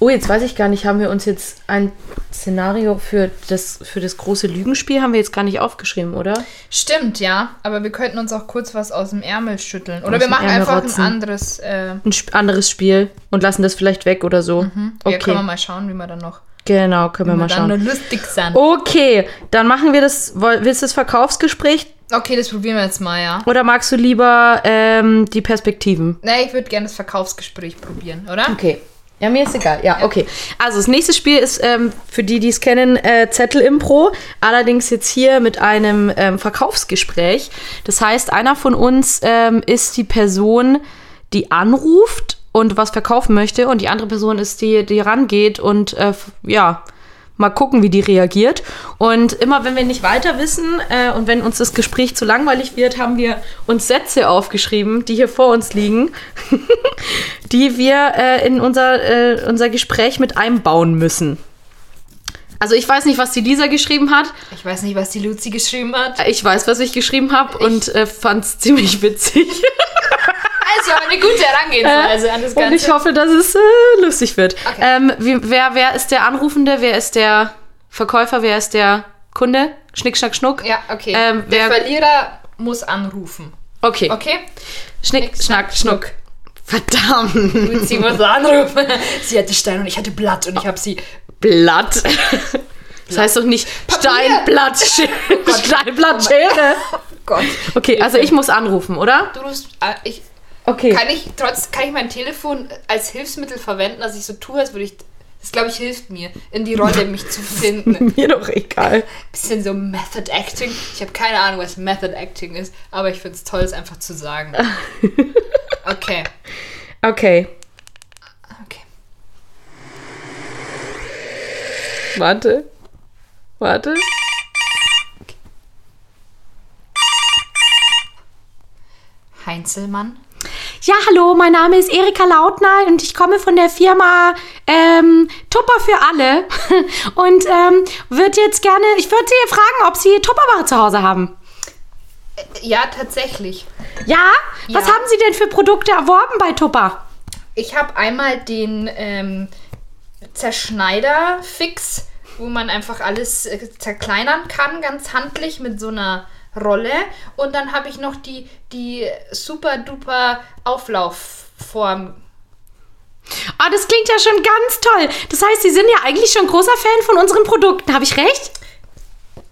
Oh, jetzt weiß ich gar nicht, haben wir uns jetzt ein Szenario für das, für das große Lügenspiel haben wir jetzt gar nicht aufgeschrieben, oder? Stimmt, ja. Aber wir könnten uns auch kurz was aus dem Ärmel schütteln. Oder Aus wir dem machen Ärmel einfach rotzen. ein anderes. Äh, Ein sp- anderes Spiel und lassen das vielleicht weg oder so. Mhm. Ja, können wir Okay, mal schauen, wie wir dann noch. genau, können wir mal wir dann schauen. Oh. nur lustig sein. Okay, dann machen wir das. woll- Willst du das Verkaufsgespräch Okay, das probieren wir jetzt mal, ja. oder magst du lieber ähm, die Perspektiven? Na, ich würde gerne das Verkaufsgespräch probieren, oder? Okay. Ja, mir ist egal. Ja, okay. Also das nächste Spiel ist ähm, für die, die es kennen, äh, Zettel-Impro. Allerdings jetzt hier mit einem ähm, Verkaufsgespräch. Das heißt, einer von uns ähm, ist die Person, die anruft und was verkaufen möchte. Und die andere Person ist die, die rangeht und äh, f- ja, mal gucken, wie die reagiert. Und immer wenn wir nicht weiter wissen äh, und wenn uns das Gespräch zu langweilig wird, haben wir uns Sätze aufgeschrieben, die hier vor uns liegen, die wir äh, in unser, äh, unser Gespräch mit einbauen müssen. Also ich weiß nicht, was die Lisa geschrieben hat. Ich weiß nicht, was die Luzi geschrieben hat. Ich weiß, was ich geschrieben habe und äh, fand es ziemlich witzig. Also, aber eine gute Herangehensweise Also an das Und ich Ganze. hoffe, dass es äh, lustig wird. Ähm, wie, wer, wer ist der Anrufende? Wer ist der Verkäufer? Wer ist der Kunde? Schnick, schnack, schnuck. Ja, okay. Ähm, Der wer- Verlierer muss anrufen. Okay. Okay? Schnick, schnack, schnuck. Verdammt. Luzi muss anrufen. Sie hatte Stein und ich hatte Blatt und ich habe sie. Blatt. Das heißt doch nicht Steinblatt, Schere. Steinblatt, Schere. Oh Gott. Okay, also ich muss anrufen, oder? Du rufst. ah, Ich, Okay. kann ich trotz kann ich mein Telefon als Hilfsmittel verwenden, dass ich so tue, als würde ich. Das glaube ich hilft mir, in die Rolle mich zu finden. Mir doch egal. Bisschen so Method Acting. Ich habe keine Ahnung, was Method Acting ist, aber ich finde es toll, es einfach zu sagen. Okay. Okay. Okay. Warte. Warte. Heinzelmann. Ja, hallo, mein Name ist Erika Lautner und ich komme von der Firma ähm, Tupper für alle. Und ähm, würde jetzt gerne, ich würde Sie fragen, ob Sie Tupperware zu Hause haben. Ja, tatsächlich. Ja? Was Ja. haben Sie denn für Produkte erworben bei Tupper? Ich habe einmal den ähm, Zerschneider-Fix, wo man einfach alles äh, zerkleinern kann, ganz handlich mit so einer Rolle. Und dann habe ich noch die, die super duper Auflaufform. Ah, das klingt ja schon ganz toll. Das heißt, Sie sind ja eigentlich schon großer Fan von unseren Produkten, habe ich recht?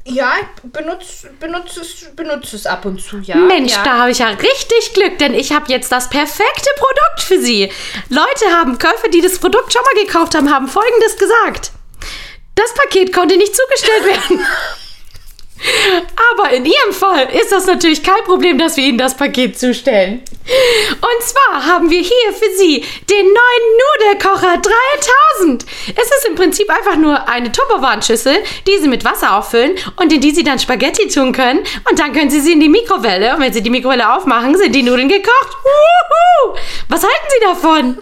Ja, ich benutze benutz es, benutz es ab und zu, ja. Mensch, ja. da habe ich ja richtig Glück, denn ich habe jetzt das perfekte Produkt für Sie. Leute haben, Käufer, die das Produkt schon mal gekauft haben, haben Folgendes gesagt. Das Paket konnte nicht zugestellt werden. Aber in Ihrem Fall ist das natürlich kein Problem, dass wir Ihnen das Paket zustellen. Und zwar haben wir hier für Sie den neuen Nudelkocher 3000. Es ist im Prinzip einfach nur eine Tupperwarenschüssel, die Sie mit Wasser auffüllen und in die Sie dann Spaghetti tun können. Und dann können Sie sie in die Mikrowelle. Und wenn Sie die Mikrowelle aufmachen, sind die Nudeln gekocht. Wuhu! Was halten Sie davon?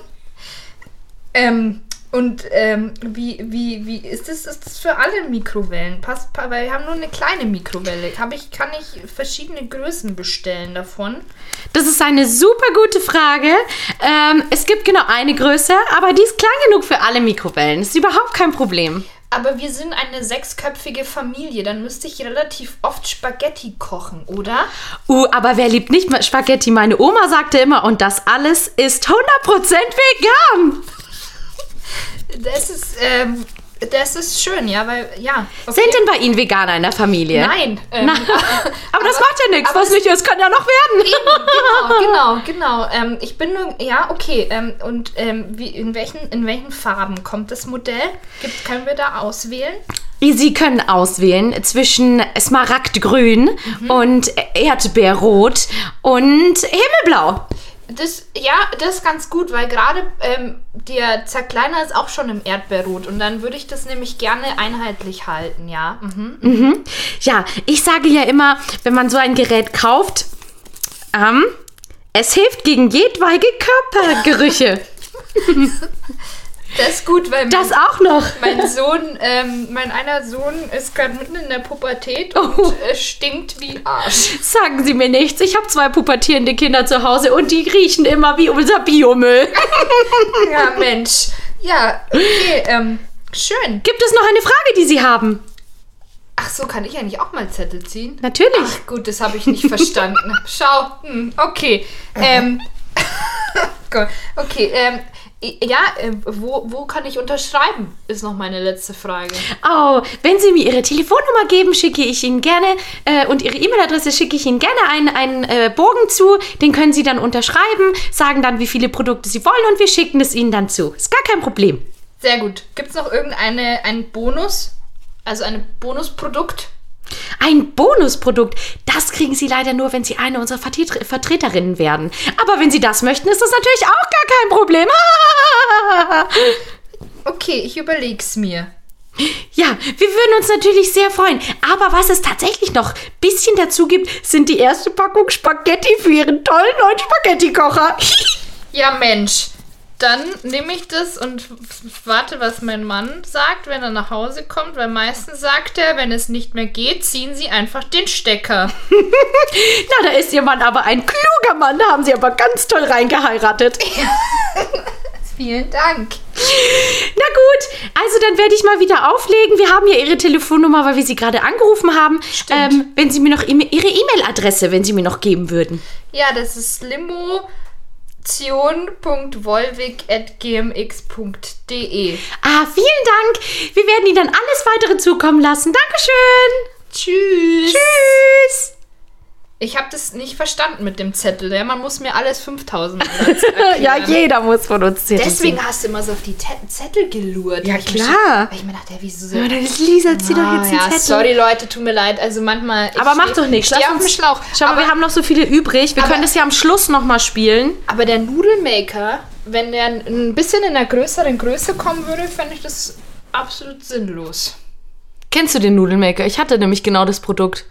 Ähm, und ähm, wie, wie, wie ist das, ist das für alle Mikrowellen? Passt, pa- weil wir haben nur eine kleine Mikrowelle. Hab ich, kann ich verschiedene Größen bestellen davon? Das ist eine super gute Frage. Ähm, es gibt genau eine Größe, aber die ist klein genug für alle Mikrowellen. Ist überhaupt kein Problem. Aber wir sind eine sechsköpfige Familie, dann müsste ich relativ oft Spaghetti kochen, oder? Uh, aber wer liebt nicht mal Spaghetti? Meine Oma sagte immer, und das alles ist 100% vegan. Das ist, ähm, das ist schön, ja, weil, ja. Okay. Sind denn bei Ihnen Veganer in der Familie? Nein. Ähm, Aber das macht ja nichts. aber Was nicht ist, kann ja noch werden. Eben, genau, genau, genau. Ähm, ich bin nur, ja, okay. Ähm, und ähm, wie, in, welchen, in welchen Farben kommt das Modell? Gibt, können wir da auswählen? Sie können auswählen zwischen Smaragdgrün Mhm. und Erdbeerrot und Himmelblau. Das, ja, das ist ganz gut, weil gerade ähm, der Zerkleiner ist auch schon im Erdbeerrot und dann würde ich das nämlich gerne einheitlich halten, ja. Mhm. Ja, ich sage ja immer, wenn man so ein Gerät kauft, ähm, es hilft gegen jedweige Körpergerüche. Das ist gut, weil Das auch noch. mein Sohn, ähm, mein einer Sohn ist gerade mitten in der Pubertät und Oh. äh, stinkt wie Arsch. Sagen Sie mir nichts. Ich habe zwei pubertierende Kinder zu Hause und die riechen immer wie unser Biomüll. Ja, Mensch. Ja, okay, ähm, schön. Gibt es noch eine Frage, die Sie haben? Ach so, kann ich ja nicht auch mal Zettel ziehen? Natürlich. Ach gut, das habe ich nicht verstanden. Schau, hm, okay. Ähm, Gott, okay, ähm, i- ja, äh, wo, wo kann ich unterschreiben, ist noch meine letzte Frage. Oh, wenn Sie mir Ihre Telefonnummer geben, schicke ich Ihnen gerne äh, und Ihre E-Mail-Adresse schicke ich Ihnen gerne einen, einen äh, Bogen zu. Den können Sie dann unterschreiben, sagen dann, wie viele Produkte Sie wollen und wir schicken es Ihnen dann zu. Ist gar kein Problem. Sehr gut. Gibt es noch irgendeinen einen Bonus? Also ein Bonusprodukt? Ein Bonusprodukt, das kriegen Sie leider nur, wenn Sie eine unserer Vertre Vertreterinnen werden. Aber wenn Sie das möchten, ist das natürlich auch gar kein Problem. Okay, ich überleg's mir. Ja, wir würden uns natürlich sehr freuen. Aber was es tatsächlich noch ein bisschen dazu gibt, sind die erste Packung Spaghetti für Ihren tollen neuen Spaghetti-Kocher. Ja, Mensch. Dann nehme ich das und f- f- warte, was mein Mann sagt, wenn er nach Hause kommt, weil meistens sagt er, wenn es nicht mehr geht, ziehen Sie einfach den Stecker. Na, da ist Ihr Mann aber ein kluger Mann. Da haben Sie aber ganz toll reingeheiratet. Vielen Dank. Na gut, also dann werde ich mal wieder auflegen. Wir haben ja Ihre Telefonnummer, weil wir Sie gerade angerufen haben. Stimmt. Ähm, wenn Sie mir noch e Ihre E-Mail-Adresse, wenn Sie mir noch geben würden. Ja, das ist limotion.wolwig.gmx.de. Ah, vielen Dank. Wir werden Ihnen dann alles weitere zukommen lassen. Dankeschön. Tschüss. Tschüss. Ich habe das nicht verstanden mit dem Zettel. Ja, man muss mir alles 5000 Mal Ja, erklären. jeder muss von uns zählen. Deswegen hast du immer so auf die Te- Zettel gelurrt. Ja, Weil ich mich klar. So, weil ich mir dachte, ja, wieso so. Ja, dann ist Lisa, zieh doch Ah, jetzt den ja, Zettel. sorry Leute, tut mir leid. Also manchmal. ich Aber mach steh- doch nichts. ich Steh Lass auf dem uns- Schlauch. Schau mal, aber, wir haben noch so viele übrig. Wir Aber- können das ja am Schluss nochmal spielen. aber der Nudelmaker, wenn der ein bisschen in einer größeren Größe kommen würde, fände ich das absolut sinnlos. Kennst du den Nudelmaker? Ich hatte nämlich genau das Produkt.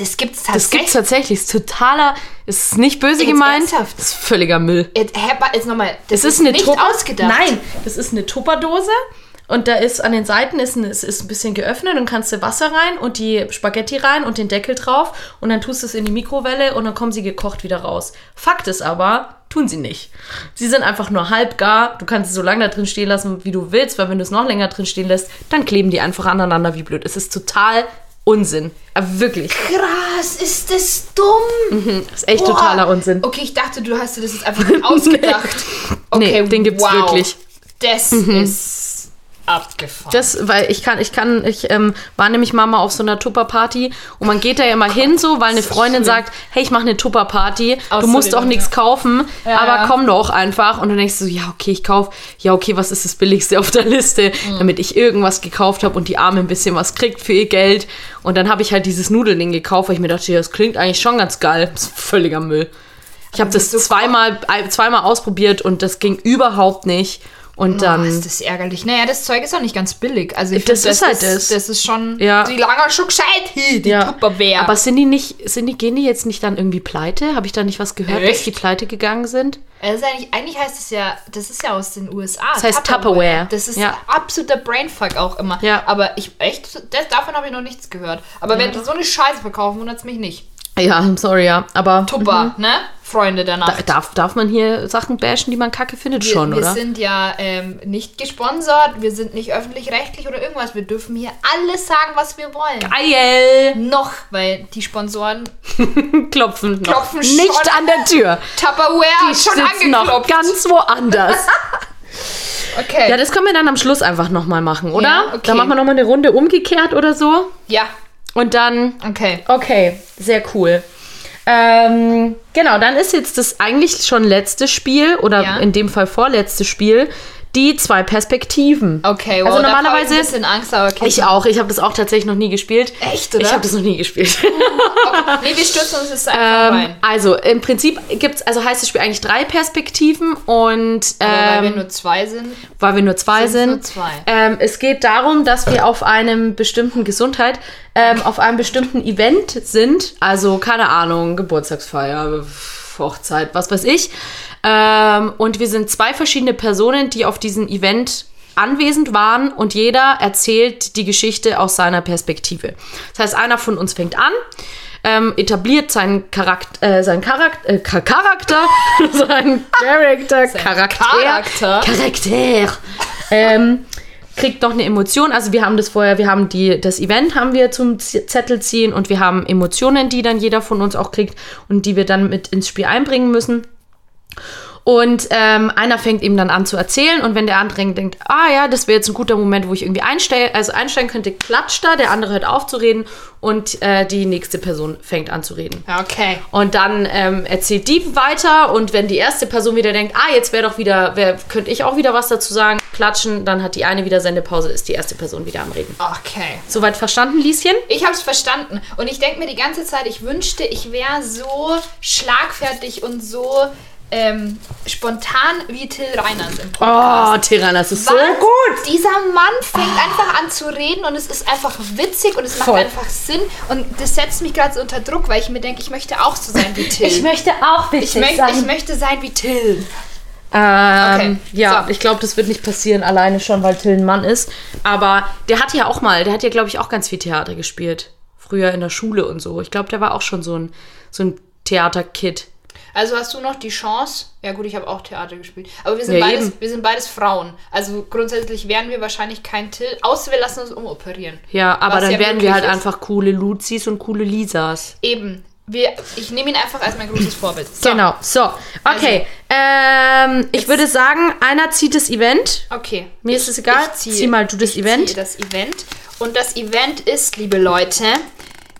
Das gibt's Das tatsächlich. gibt's tatsächlich. Ist totaler, ist nicht böse Jetzt gemeint. ernsthaft? Ist völliger Müll. Jetzt, hä, ba- jetzt nochmal. Das Es ist eine nicht Tupper- ausgedacht. Nein, das ist eine Tupperdose und da ist an den Seiten ist ein, es ist ein bisschen geöffnet und kannst du Wasser rein und die Spaghetti rein und den Deckel drauf und dann tust du es in die Mikrowelle und dann kommen sie gekocht wieder raus. Fakt ist aber, tun sie nicht. Sie sind einfach nur halb gar. Du kannst sie so lange da drin stehen lassen, wie du willst, weil wenn du es noch länger drin stehen lässt, dann kleben die einfach aneinander wie blöd. Es ist total Unsinn. Aber wirklich. Krass, ist das dumm. Das Mhm, ist echt Boah. totaler Unsinn. Okay, ich dachte, du hast dir das jetzt einfach nur ausgedacht. Okay, Nee, den gibt's wow. wirklich. Mhm. Das ist abgefahren. Das, weil ich kann, ich kann, ich ähm, war nämlich mal mal auf so einer Tupperparty und man geht da ja immer hin, so, weil eine Freundin sagt, hey, ich mache eine Tupperparty, Aus du musst auch Solidarität. nichts kaufen, Ja, aber ja. komm doch einfach. Und du denkst so, ja, okay, ich kauf, ja, okay, was ist das Billigste auf der Liste, Mhm. damit ich irgendwas gekauft habe und die Arme ein bisschen was kriegt für ihr Geld. Und dann habe ich halt dieses Nudelding gekauft, weil ich mir dachte, ja, das klingt eigentlich schon ganz geil. Das ist völliger Müll. Ich habe das wieso- zweimal, ein- zweimal ausprobiert und das ging überhaupt nicht. Und Oh, dann. ist das ärgerlich. Naja, das Zeug ist auch nicht ganz billig. Also ich Das find, ist halt das. Das ist schon. Ja. Die langer schon gescheit. Hi, Die Ja. Tupperware. Aber sind die nicht, sind die, gehen die jetzt nicht dann irgendwie pleite? Habe ich da nicht was gehört, dass Echt? die pleite gegangen sind? das ist eigentlich, eigentlich heißt es ja, das ist ja aus den USA. Das heißt Tupperware. Das ist Ja. absoluter Brainfuck auch immer. Ja. Aber ich echt, das, davon habe ich noch nichts gehört. Aber wenn die so eine Scheiße verkaufen, wundert es mich nicht. Ja, I'm sorry, ja. Aber Tupper, ne? Freunde danach. Mhm. da- darf, darf man hier Sachen bashen, die man kacke findet? wir, schon, wir oder? sind ja ähm, nicht gesponsert, wir sind nicht öffentlich-rechtlich oder irgendwas. Wir dürfen hier alles sagen, was wir wollen. Geil! Noch, weil die Sponsoren Klopfen. noch. Klopfen schon. Nicht an der Tür. Tupperware Die ist schon sitzen noch angeklopft. ganz woanders. okay. ja, das können wir dann am Schluss einfach nochmal machen, oder? Ja, okay. Dann machen wir nochmal eine Runde umgekehrt oder so. ja, Und dann okay. Okay, sehr cool. Ähm, genau, dann ist jetzt das eigentlich schon letzte Spiel oder Ja. in dem Fall vorletzte Spiel, die zwei Perspektiven. Okay, wow, Also da hab ich normalerweise- ein bisschen Angst, aber okay. Ich auch, ich habe das auch tatsächlich noch nie gespielt. Echt, oder? Ich habe das noch nie gespielt. okay. Nee, wir stürzen uns jetzt einfach ähm, rein. also im Prinzip gibt's, also heißt das Spiel eigentlich drei Perspektiven und Aber weil ähm, wir nur zwei sind. weil wir nur zwei Sind's sind. nur zwei. Ähm, es geht darum, dass wir auf einem bestimmten Gesundheit, ähm, auf einem bestimmten Event sind. Also, keine Ahnung, Geburtstagsfeier, Hochzeit, was weiß ich. Ähm, und wir sind zwei verschiedene Personen, die auf diesem Event anwesend waren und jeder erzählt die Geschichte aus seiner Perspektive. Das heißt, einer von uns fängt an, ähm, etabliert seinen Charakter, äh, seinen Charakter, äh, Ka- Charakter, seinen Charakter, Charakter, Charakter. Charakter, ähm, kriegt noch eine Emotion. Also wir haben das vorher, wir haben die, das Event haben wir zum Z- Zettel ziehen und wir haben Emotionen, die dann jeder von uns auch kriegt und die wir dann mit ins Spiel einbringen müssen. Und ähm, einer fängt eben dann an zu erzählen und wenn der andere denkt, ah ja, das wäre jetzt ein guter Moment, wo ich irgendwie einstelle, also einstellen könnte, klatscht da, der andere hört auf zu reden und äh, die nächste Person fängt an zu reden. Ja, Okay. Und dann ähm, erzählt die weiter und wenn die erste Person wieder denkt, ah, jetzt wäre doch wieder, wär, könnte ich auch wieder was dazu sagen, klatschen, dann hat die eine wieder Sendepause, ist die erste Person wieder am Reden. Okay. Soweit verstanden, Lieschen? Ich hab's verstanden. Und ich denke mir die ganze Zeit, ich wünschte, ich wäre so schlagfertig und so ähm, spontan wie Till Reiners im Podcast. Oh, Tyrannas ist Was? Dieser Mann fängt einfach an zu reden und es ist einfach witzig und es macht Voll. einfach Sinn. Und das setzt mich gerade so unter Druck, weil ich mir denke, ich möchte auch so sein wie Till. Ich möchte auch ich, witzig möchte, ich sein. möchte sein wie Till. Ähm, Okay, Ja, so. ich glaube, das wird nicht passieren, alleine schon, weil Till ein Mann ist. Aber der hat ja auch mal, der hat ja, glaube ich, auch ganz viel Theater gespielt. Früher in der Schule und so. Ich glaube, der war auch schon so ein, so ein Theaterkid. Also hast du noch die Chance? Ja gut, ich habe auch Theater gespielt. Aber wir sind, Ja, eben. beides, wir sind beides Frauen. Also grundsätzlich wären wir wahrscheinlich kein Till, außer wir lassen uns umoperieren. Ja, aber Was dann ja werden wir möglich halt ist. einfach coole Luzis und coole Lisas. Eben. Wir, ich nehme ihn einfach als mein großes Vorbild. So. Genau, so. Okay, ähm, ich würde sagen, einer zieht das Event. Okay. Mir ist es egal. ich zieh, ziehe- mal du das Event. Ziehe das Event. Und das Event ist, liebe Leute,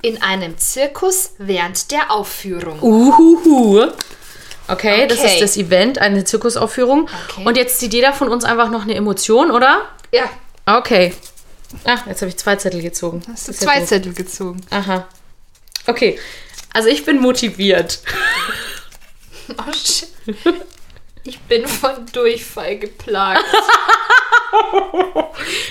in einem Zirkus während der Aufführung. Uh. Uhuhu. Okay, das Okay. ist das Event, eine Zirkusaufführung. Okay. Und jetzt zieht jeder von uns einfach noch eine Emotion, oder? Ja, Okay. Ach, jetzt habe ich zwei Zettel gezogen. hast du Ist ja zwei doof. Zettel gezogen. Aha. Okay. Also ich bin motiviert. Oh, shit. Ich bin von Durchfall geplagt.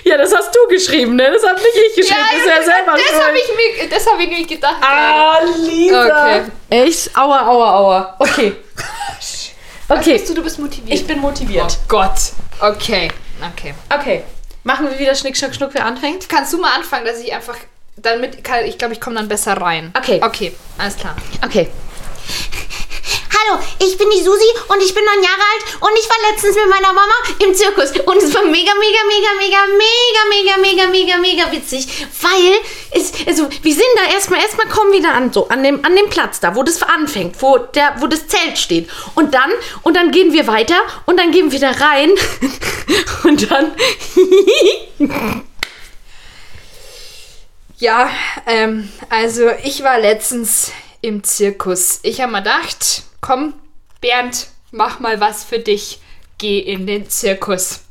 Ja, das hast du geschrieben, ne? Das habe nicht ich geschrieben. das ist ja selber das schuld. habe ich mir, das habe ich nämlich gedacht. Ah, Lisa. Okay. Echt? Aua, aua, aua. Okay. Was Okay. bist du, du bist motiviert. Ich bin oh motiviert. Gott. Okay, okay. Okay. Machen wir wieder Schnick, Schnack, Schnuck, wer anfängt? Kannst du mal anfangen, dass ich einfach damit, kann, ich glaube, ich komme dann besser rein. Okay. Okay, alles klar. Okay. Hallo, ich bin die Susi und ich bin neun Jahre alt und ich war letztens mit meiner Mama im Zirkus und es war mega, mega, mega, mega, mega, mega, mega, mega, mega witzig, weil es, also wir sind da erstmal, erstmal kommen wir da an, so an dem, an dem Platz da, wo das anfängt, wo der, wo das Zelt steht und dann, und dann gehen wir weiter und dann gehen wir da rein und dann, Ja, ähm, also ich war letztens im Zirkus. Ich habe mal gedacht, komm, Bernd, mach mal was für dich. Geh in den Zirkus.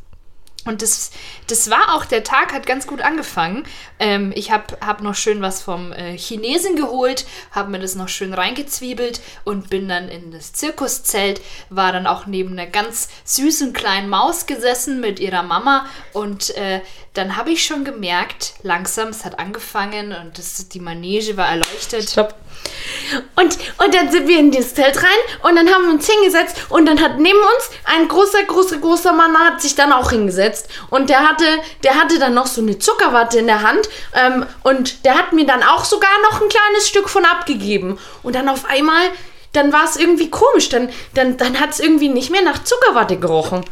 Und das, das war auch, der Tag hat ganz gut angefangen. Ähm, ich habe hab noch schön was vom äh, Chinesen geholt, habe mir das noch schön reingezwiebelt und bin dann in das Zirkuszelt, war dann auch neben einer ganz süßen kleinen Maus gesessen mit ihrer Mama und äh, dann habe ich schon gemerkt, langsam, es hat angefangen und das, die Manege war erleuchtet. Stopp. Und, und dann sind wir in dieses Zelt rein und dann haben wir uns hingesetzt und dann hat neben uns ein großer, großer, großer Mann hat sich dann auch hingesetzt und der hatte, der hatte dann noch so eine Zuckerwatte in der Hand ähm, und der hat mir dann auch sogar noch ein kleines Stück von abgegeben und dann auf einmal, dann war es irgendwie komisch, dann, dann, dann hat es irgendwie nicht mehr nach Zuckerwatte gerochen.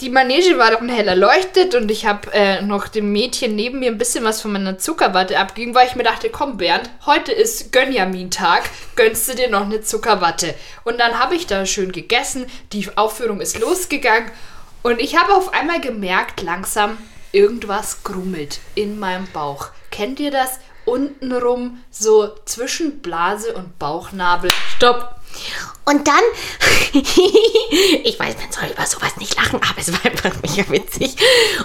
Die Manege war dann hell erleuchtet und ich habe äh, noch dem Mädchen neben mir ein bisschen was von meiner Zuckerwatte abgegeben, weil ich mir dachte, komm Bernd, heute ist Gönjamin-Tag, gönnst du dir noch eine Zuckerwatte. Und dann habe ich da schön gegessen, die Aufführung ist losgegangen und ich habe auf einmal gemerkt, langsam irgendwas grummelt in meinem Bauch. Kennt ihr das? Untenrum, so zwischen Blase und Bauchnabel. Stopp. Und dann, ich weiß, man soll über sowas nicht lachen, aber es war einfach mega witzig.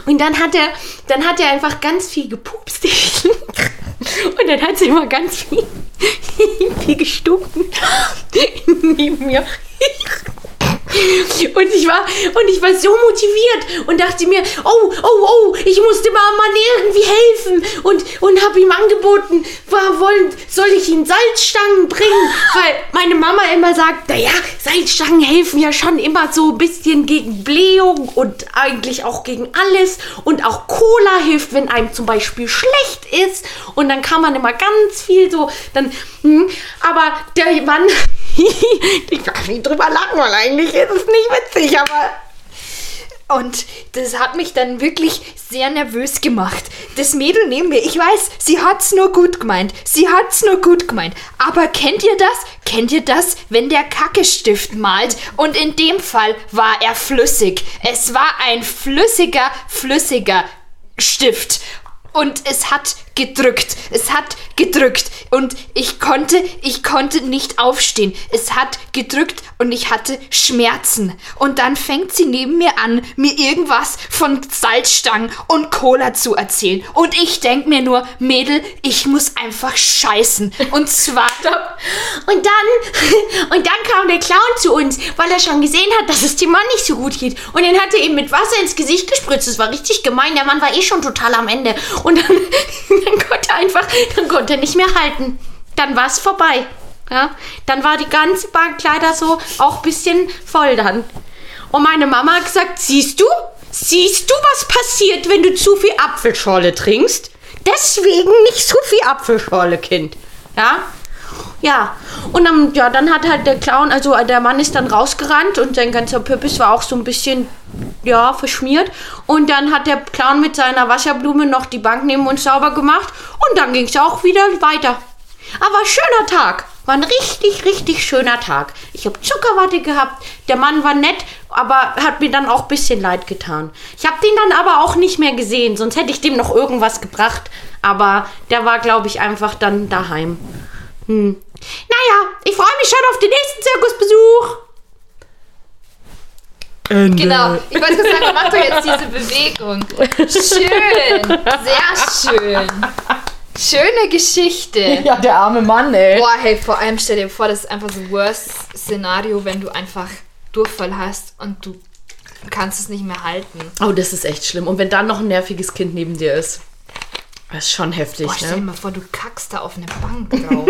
Und dann hat er, dann hat er einfach ganz viel gepupst. Und dann hat sie immer ganz viel, viel gestunken neben mir. Und ich war und ich war so motiviert und dachte mir, oh, oh, oh, ich muss dem armen Mann irgendwie helfen und und habe ihm angeboten, war, wollen, soll ich ihm Salzstangen bringen, weil meine Mama immer sagt, naja, Salzstangen helfen ja schon immer so ein bisschen gegen Blähung und eigentlich auch gegen alles und auch Cola hilft, wenn einem zum Beispiel schlecht ist und dann kann man immer ganz viel so, dann, hm, aber der Mann ich darf nicht drüber lachen, weil eigentlich ist es nicht witzig, aber. Und das hat mich dann wirklich sehr nervös gemacht. Das Mädel neben mir, ich weiß, sie hat's nur gut gemeint. Sie hat's nur gut gemeint. Aber kennt ihr das? Kennt ihr das, wenn der Kackestift malt? Und in dem Fall war er flüssig. Es war ein flüssiger, flüssiger Stift. Und es hat gedrückt. Es hat gedrückt. Und ich konnte, ich konnte nicht aufstehen. Es hat gedrückt und ich hatte Schmerzen. Und dann fängt sie neben mir an, mir irgendwas von Salzstangen und Cola zu erzählen. Und ich denk mir nur, Mädel, ich muss einfach scheißen. Und zwar Und dann, und dann kam der Clown zu uns, weil er schon gesehen hat, dass es dem Mann nicht so gut geht. Und den hat er ihm mit Wasser ins Gesicht gespritzt. Das war richtig gemein. Der Mann war eh schon total am Ende. Und dann, dann konnte er einfach, dann konnte er nicht mehr halten. Dann war es vorbei. Ja? Dann war die ganze Bank leider so auch ein bisschen voll dann. Und meine Mama hat gesagt, siehst du, siehst du, was passiert, wenn du zu viel Apfelschorle trinkst? Deswegen nicht so viel Apfelschorle, Kind. Ja? Ja, und dann, ja, dann hat halt der Clown, also der Mann ist dann rausgerannt und sein ganzer Püppis war auch so ein bisschen, ja, verschmiert. Und dann hat der Clown mit seiner Wasserblume noch die Bank neben uns sauber gemacht und dann ging es auch wieder weiter. Aber schöner Tag, war ein richtig, richtig schöner Tag. Ich habe Zuckerwatte gehabt, der Mann war nett, aber hat mir dann auch ein bisschen leid getan. Ich habe den dann aber auch nicht mehr gesehen, sonst hätte ich dem noch irgendwas gebracht. Aber der war, glaube ich, einfach dann daheim. Hm. Naja, ich freue mich schon auf den nächsten Zirkusbesuch. Genau, ich wollte gerade sagen, mach doch jetzt diese Bewegung. Schön, sehr schön. Schöne Geschichte. Ja, der arme Mann, ey. Boah, hey, vor allem stell dir vor, das ist einfach so Worst-Szenario, wenn du einfach Durchfall hast und du kannst es nicht mehr halten. Oh, das ist echt schlimm. Und wenn dann noch ein nerviges Kind neben dir ist, das ist schon heftig, Boah, stell dir ne? mal vor, du kackst da auf eine Bank drauf.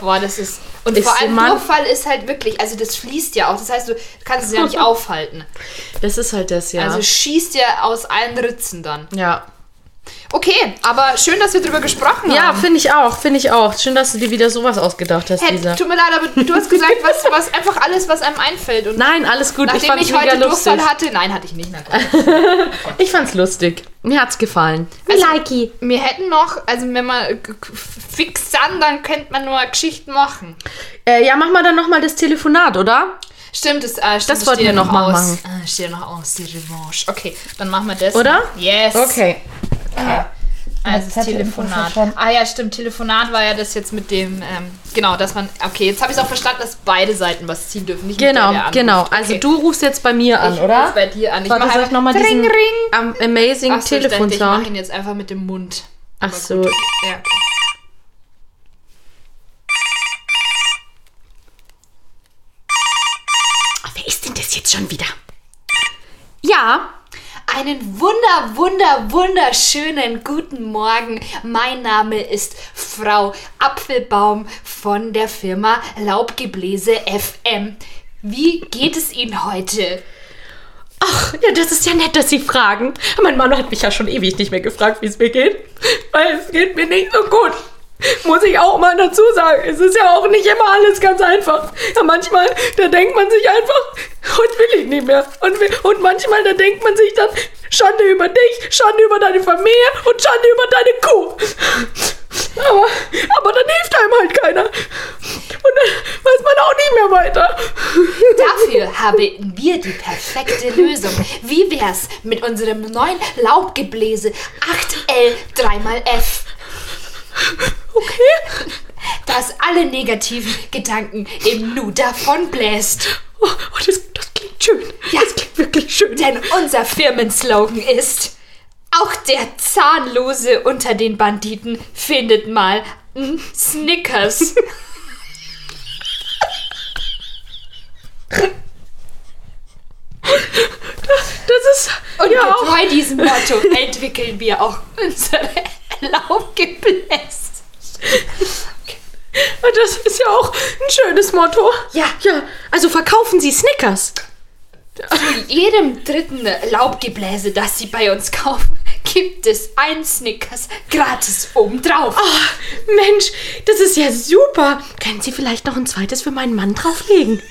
Boah, das ist. Und Ist vor allem man- Durchfall ist halt wirklich, also das fließt ja auch. Das heißt, du kannst es ja nicht aufhalten. Das ist halt das, ja. Also schießt ja aus allen Ritzen dann. ja. Okay, aber schön, dass wir drüber gesprochen Ja, haben. finde ich auch, finde ich auch. Schön, dass du dir wieder sowas ausgedacht hast, Hey, Lisa. tut mir leid, aber du hast gesagt, was, was einfach alles, was einem einfällt. Und Nein, alles gut. ich nachdem fand's ich, mega heute lustig. Durchfall hatte, nein, hatte ich nicht. Na gut. Ich fand's lustig. Mir hat's gefallen. Also, Likey. Wir hätten noch, also wenn man g- g- fix sind, dann könnte man nur Geschichten machen. Äh, ja, mach mal dann nochmal das Telefonat, oder? Stimmt, das, äh, Das stimmt, wollten steht ja wir noch mal aus. Äh, steht ja noch aus, die Revanche. Okay, dann machen wir das. Oder? Yes. Okay. Also das Zettel im Telefonat. Fuß schon. Ah ja, stimmt, Telefonat war ja das jetzt mit dem, ähm, genau, dass man, okay, jetzt habe ich es auch verstanden, dass beide Seiten was ziehen dürfen. Nicht Genau, nur der, der anruft. genau. Okay. Also du rufst jetzt bei mir an, Ich oder? ruf bei dir an. Ich Warte, mach soll ich einfach noch mal Ring, diesen Ring. am amazing Achso, ich dachte, ich mache Telefonsound. ihn jetzt einfach mit dem Mund. Ach so. Ja. Wer ist denn das jetzt schon wieder? Ja, Einen wunder, wunder, wunderschönen guten Morgen. Mein Name ist Frau Apfelbaum von der Firma Laubgebläse FM. Wie geht es Ihnen heute? Ach, ja, das ist ja nett, dass Sie fragen. Mein Mann hat mich ja schon ewig nicht mehr gefragt, wie es mir geht. Weil es geht mir nicht so gut. Muss ich auch mal dazu sagen. Es ist ja auch nicht immer alles ganz einfach. Ja, manchmal, da denkt man sich einfach, heute will ich nicht mehr. Und, will- und manchmal, da denkt man sich dann, Schande über dich, Schande über deine Familie und Schande über deine Kuh. Aber, aber dann hilft einem halt keiner. Und dann weiß man auch nicht mehr weiter. Dafür haben wir die perfekte Lösung. Wie wär's mit unserem neuen Laubgebläse 8L 3xF? Okay. Das alle negativen Gedanken im Nu davon bläst. Oh, oh das, das klingt schön. Ja. Das klingt wirklich schön. Denn unser Firmenslogan ist: Auch der Zahnlose unter den Banditen findet mal n Snickers. Das ist Und ja auch getreu diesem Motto entwickeln wir auch unsere Laubgebläse. Und das ist ja auch ein schönes Motto. Ja. Ja, also verkaufen Sie Snickers. Zu jedem dritten Laubgebläse, das Sie bei uns kaufen, gibt es ein Snickers gratis obendrauf. Ach, Oh, Mensch, das ist ja super. Können Sie vielleicht noch ein zweites für meinen Mann drauflegen?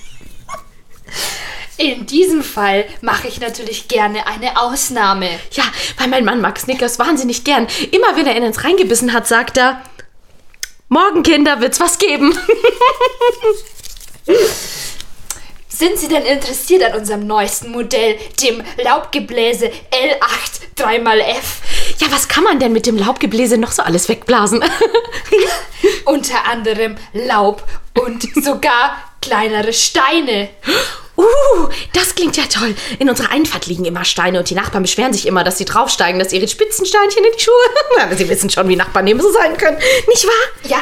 In diesem Fall mache ich natürlich gerne eine Ausnahme. Ja, weil mein Mann mag Snickers wahnsinnig gern. Immer wenn er ihn ins Reingebissen hat, sagt er, morgen, Kinder, wird's was geben. Sind Sie denn interessiert an unserem neuesten Modell, dem Laubgebläse L8 3xF? Ja, was kann man denn mit dem Laubgebläse noch so alles wegblasen? Unter anderem Laub und sogar kleinere Steine. Uh, das klingt ja toll. In unserer Einfahrt liegen immer Steine und die Nachbarn beschweren sich immer, dass sie draufsteigen, dass ihre Spitzensteinchen in die Schuhe. Aber sie wissen schon, wie Nachbarn eben so sein können. Nicht wahr? Ja,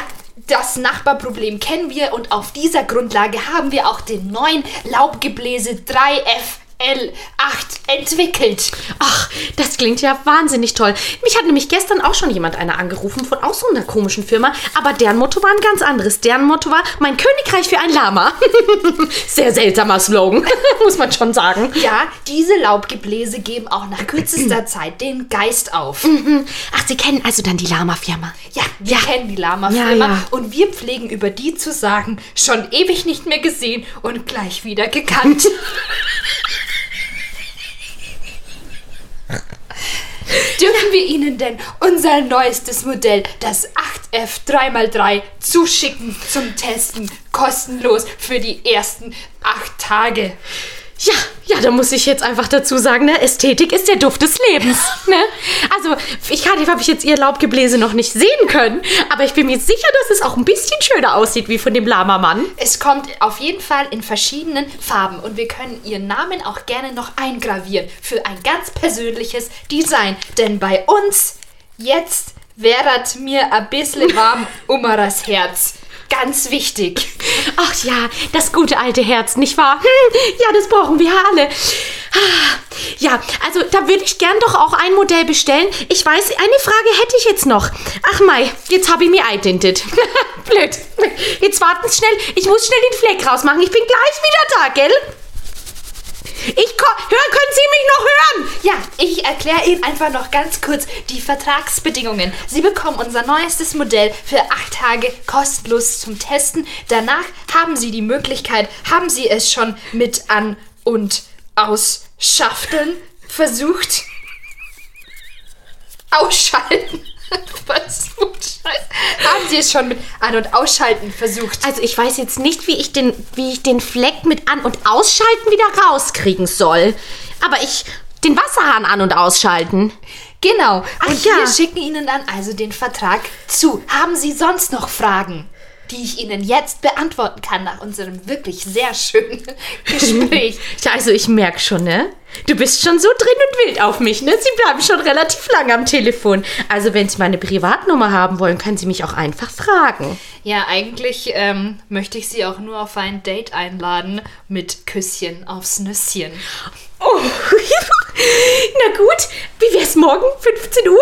das Nachbarproblem kennen wir und auf dieser Grundlage haben wir auch den neuen Laubgebläse 3F. L8 entwickelt. Ach, das klingt ja wahnsinnig toll. Mich hat nämlich gestern auch schon jemand einer angerufen von auch so einer komischen Firma, aber deren Motto war ein ganz anderes. Deren Motto war mein Königreich für ein Lama. Sehr seltsamer Slogan, muss man schon sagen. Ja, diese Laubgebläse geben auch nach kürzester Zeit den Geist auf. Mm. Ach, Sie kennen also dann die Lama-Firma. Ja, wir kennen die Lama-Firma Ja, ja. und wir pflegen über die zu sagen, schon ewig nicht mehr gesehen und gleich wieder gekannt. Dürfen wir Ihnen denn unser neuestes Modell, das 8F 3x3, zuschicken zum Testen, kostenlos für die ersten acht Tage? Ja, ja, da muss ich jetzt einfach dazu sagen, ne? Ästhetik ist der Duft des Lebens. Ne? Also, ich kann, habe ich jetzt ihr Laubgebläse noch nicht sehen können, aber ich bin mir sicher, dass es auch ein bisschen schöner aussieht wie von dem Lama-Mann. Es kommt auf jeden Fall in verschiedenen Farben und wir können Ihren Namen auch gerne noch eingravieren für ein ganz persönliches Design. Denn bei uns jetzt wäret mir ein bisschen warm um das Herz. Ganz wichtig. Ach ja, das gute alte Herz, nicht wahr? Hm, ja, das brauchen wir alle. Ah, Ja, also da würde ich gern doch auch ein Modell bestellen. Ich weiß, eine Frage hätte ich jetzt noch. Ach Mai, jetzt habe ich mir eintintet. Blöd. Jetzt warten Sie schnell. Ich muss schnell den Fleck rausmachen. Ich bin gleich wieder da, gell? Ich ko Hör, können Sie mich noch hören? Ja, ich erkläre Ihnen einfach noch ganz kurz die Vertragsbedingungen. Sie bekommen unser neuestes Modell für acht Tage kostenlos zum Testen. Danach haben Sie die Möglichkeit, haben Sie es schon mit an und aus Schafteln versucht. Ausschalten. Versucht. Scheiße. Haben Sie es schon mit an und ausschalten versucht? Also ich weiß jetzt nicht, wie ich den, wie ich den Fleck mit an- und ausschalten wieder rauskriegen soll. Aber ich den Wasserhahn an- und ausschalten. Genau. und ja. wir schicken Ihnen dann also den Vertrag zu. Haben Sie sonst noch Fragen, die ich Ihnen jetzt beantworten kann nach unserem wirklich sehr schönen Gespräch? Ja, also ich merke schon, ne? Du bist schon so drin und wild auf mich, ne? Sie bleiben schon relativ lange am Telefon. Also wenn Sie meine Privatnummer haben wollen, können Sie mich auch einfach fragen. ja, eigentlich ähm, möchte ich Sie auch nur auf ein Date einladen mit Küsschen aufs Nüsschen. Oh, na gut. Wie wär's morgen, 15 Uhr?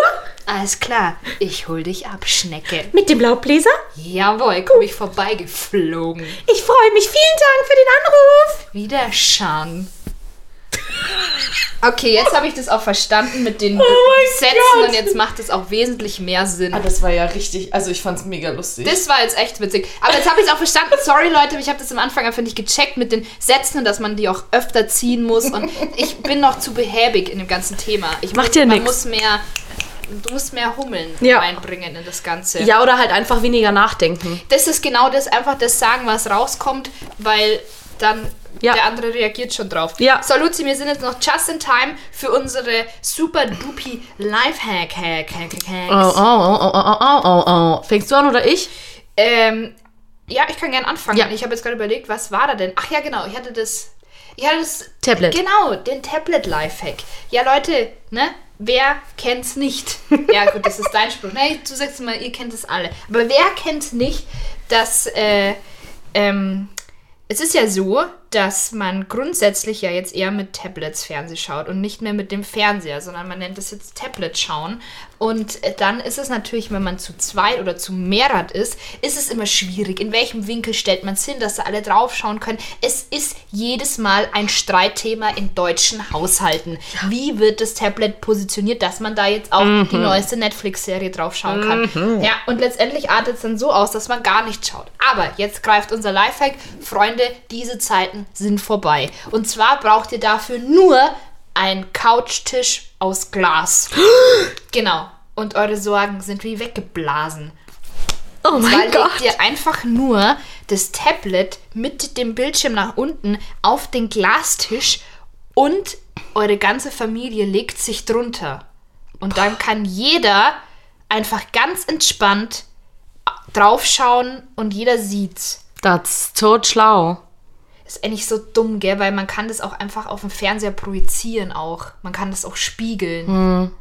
Alles klar, ich hol dich ab, Schnecke. Mit dem Laubbläser? Jawohl, komm ich vorbeigeflogen. Ich freue mich. Vielen Dank für den Anruf. Wieder Schan. Okay, jetzt habe ich das auch verstanden mit den mein Sätzen Gott. und jetzt macht es auch wesentlich mehr Sinn. Ah, das war ja richtig, also ich fand's mega lustig. Das war jetzt echt witzig. Aber jetzt habe ich es auch verstanden. Sorry, Leute, aber ich habe das am Anfang einfach nicht gecheckt mit den Sätzen und dass man die auch öfter ziehen muss. Und ich bin noch zu behäbig in dem ganzen Thema. Ich Macht muss, ja man nix. muss mehr, Du musst mehr Hummeln Ja. reinbringen in das Ganze. Ja, oder halt einfach weniger nachdenken. Das ist genau das, einfach das sagen, was rauskommt, weil dann Ja. der andere reagiert schon drauf. Ja. So, Luzi, wir sind jetzt noch just in time für unsere super dupi Lifehack, Hack, Hack, Hack, Hacks. Oh, oh, oh, oh, oh, oh, oh, oh. Fängst du an oder ich? Ähm, ja, ich kann gerne anfangen. Ja. Ich habe jetzt gerade überlegt, was war da denn? Ach ja, genau, ich hatte das. Ich hatte das. Tablet. Genau, den Tablet-Lifehack. Ja, Leute, ne? Wer kennt's nicht? Ja, gut, das ist dein Spruch. Ne, du sagst immer, ihr kennt es alle. Aber wer kennt nicht, dass. Äh, ähm, es ist ja so, dass man grundsätzlich ja jetzt eher mit Tablets Fernseh schaut und nicht mehr mit dem Fernseher, sondern man nennt es jetzt Tablet schauen. Und äh, dann ist es natürlich, wenn man zu zweit oder zu mehrert ist, ist es immer schwierig. In welchem Winkel stellt man es hin, dass da alle draufschauen können? Es ist jedes Mal ein Streitthema in deutschen Haushalten. Wie wird das Tablet positioniert, dass man da jetzt auch die neueste Netflix-Serie draufschauen kann? Ja, und letztendlich artet es dann so aus, dass man gar nicht schaut. Aber jetzt greift unser Lifehack. Freunde, diese Zeiten sind vorbei. Und zwar braucht ihr dafür nur einen Couchtisch aus Glas. Genau. Und eure Sorgen sind wie weggeblasen. Oh Weil mein legt Gott. ihr einfach nur das Tablet mit dem Bildschirm nach unten auf den Glastisch und eure ganze Familie legt sich drunter. Und dann kann jeder einfach ganz entspannt draufschauen und jeder sieht's. Das ist tot schlau. Ist eigentlich so dumm, gell? Weil man kann das auch einfach auf dem Fernseher projizieren auch. Man kann das auch spiegeln. Hm.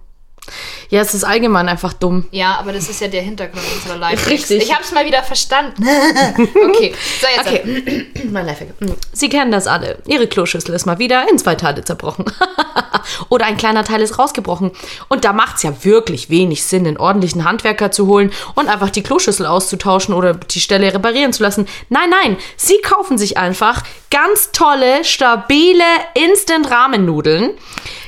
Ja, es ist allgemein einfach dumm. Ja, aber das ist ja der Hintergrund unserer live Richtig. Ich hab's mal wieder verstanden. Okay, so jetzt. Okay. mein Lifehack. Mhm. Sie kennen das alle. Ihre Kloschüssel ist mal wieder in zwei Teile zerbrochen. Oder ein kleiner Teil ist rausgebrochen. Und da macht es ja wirklich wenig Sinn, einen ordentlichen Handwerker zu holen und einfach die Kloschüssel auszutauschen oder die Stelle reparieren zu lassen. Nein, nein, Sie kaufen sich einfach ganz tolle, stabile Instant-Ramen-Nudeln.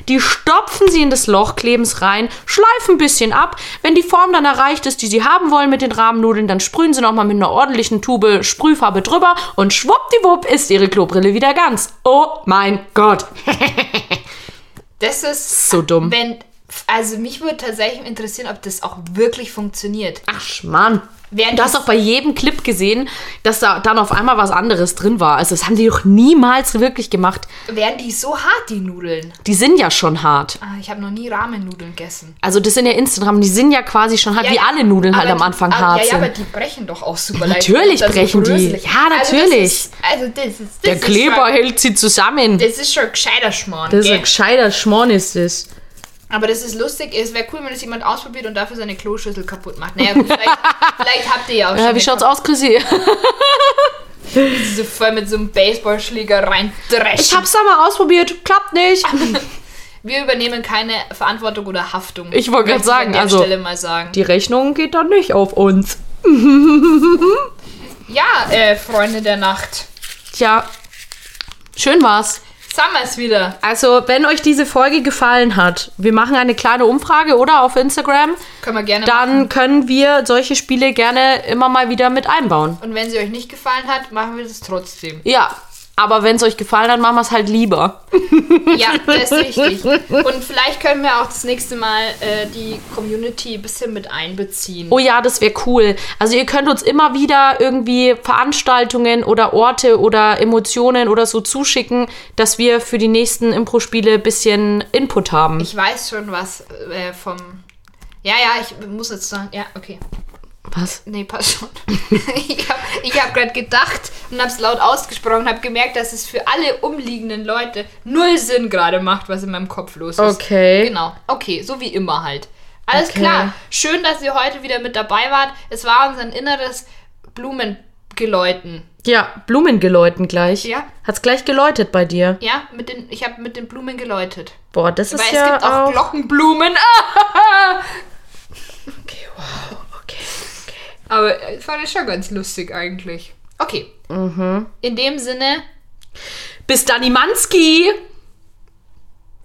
Die stopfen Sie in das Loch, kleben es rein, schleifen ein bisschen ab. Wenn die Form dann erreicht ist, die Sie haben wollen mit den Rahmennudeln, dann sprühen Sie nochmal mit einer ordentlichen Tube Sprühfarbe drüber und schwuppdiwupp ist Ihre Klobrille wieder ganz. Oh mein Gott. Das ist So dumm. Wenn, also mich würde tatsächlich interessieren, ob das auch wirklich funktioniert. Ach, Mann. Während du hast des- auch bei jedem Clip gesehen, dass da dann auf einmal was anderes drin war. Also das haben die doch niemals wirklich gemacht. Wären die so hart, die Nudeln? Die sind ja schon hart. Ah, ich habe noch nie Rahmennudeln gegessen. Also das sind ja Instant-Ramen, die sind ja quasi schon hart, wie ja, alle Nudeln halt aber am die- Anfang aber- hart ja, ja, sind. aber die brechen doch auch super leicht. Natürlich Das ist brechen die. bröselig. Ja, natürlich. Also das ist, also das ist das Der ist Kleber Schon, hält sie zusammen. das ist schon gescheiter Schmarrn. Das ist gell? ein gescheiter Schmarrn, ist das. Aber das ist lustig. Es wäre cool, wenn das jemand ausprobiert und dafür seine Kloschüssel kaputt macht. Naja, gut, vielleicht, vielleicht habt ihr ja auch schon. Ja, wie eine schaut's aus, Chrissy? Kaputze, so voll mit so einem Baseballschläger reindreschen. Ich hab's da mal ausprobiert, klappt nicht. Wir übernehmen keine Verantwortung oder Haftung. Ich wollte gerade Möchte ich sagen, an der also- Stelle mal sagen. Die Rechnung geht dann nicht auf uns. Ja, äh, Freunde der Nacht. Tja, schön war's. Sagen wir es wieder. Also, wenn euch diese Folge gefallen hat, wir machen eine kleine Umfrage, oder? Auf Instagram. Können wir gerne machen. Dann können wir solche Spiele gerne immer mal wieder mit einbauen. Und wenn sie euch nicht gefallen hat, machen wir das trotzdem. Ja, aber wenn es euch gefallen hat, machen wir es halt lieber. Ja, das ist richtig. Und vielleicht können wir auch das nächste Mal äh, die Community ein bisschen mit einbeziehen. Oh ja, das wäre cool. Also ihr könnt uns immer wieder irgendwie Veranstaltungen oder Orte oder Emotionen oder so zuschicken, dass wir für die nächsten Impro-Spiele ein bisschen Input haben. Ich weiß schon was äh, vom... Ja, ja, ich muss jetzt sagen, ja, okay. was? Nee, passt schon. ich habe ich hab gerade gedacht und habe es laut ausgesprochen, habe gemerkt, dass es für alle umliegenden Leute null Sinn gerade macht, was in meinem Kopf los ist. Okay. Genau. Okay, so wie immer halt. Alles Okay. klar. Schön, dass ihr heute wieder mit dabei wart. Es war uns ein inneres Blumengeläuten. Ja, Blumen geläuten gleich. Ja. Hat's gleich geläutet bei dir. Ja, mit den, ich habe mit den Blumen geläutet. Boah, das ist Weil ja es gibt auch, auch... Glockenblumen. okay, wow, okay. Aber es war ja schon ganz lustig eigentlich. Okay. Mhm. In dem Sinne, Bis dann, Imanski!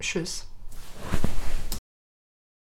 tschüss.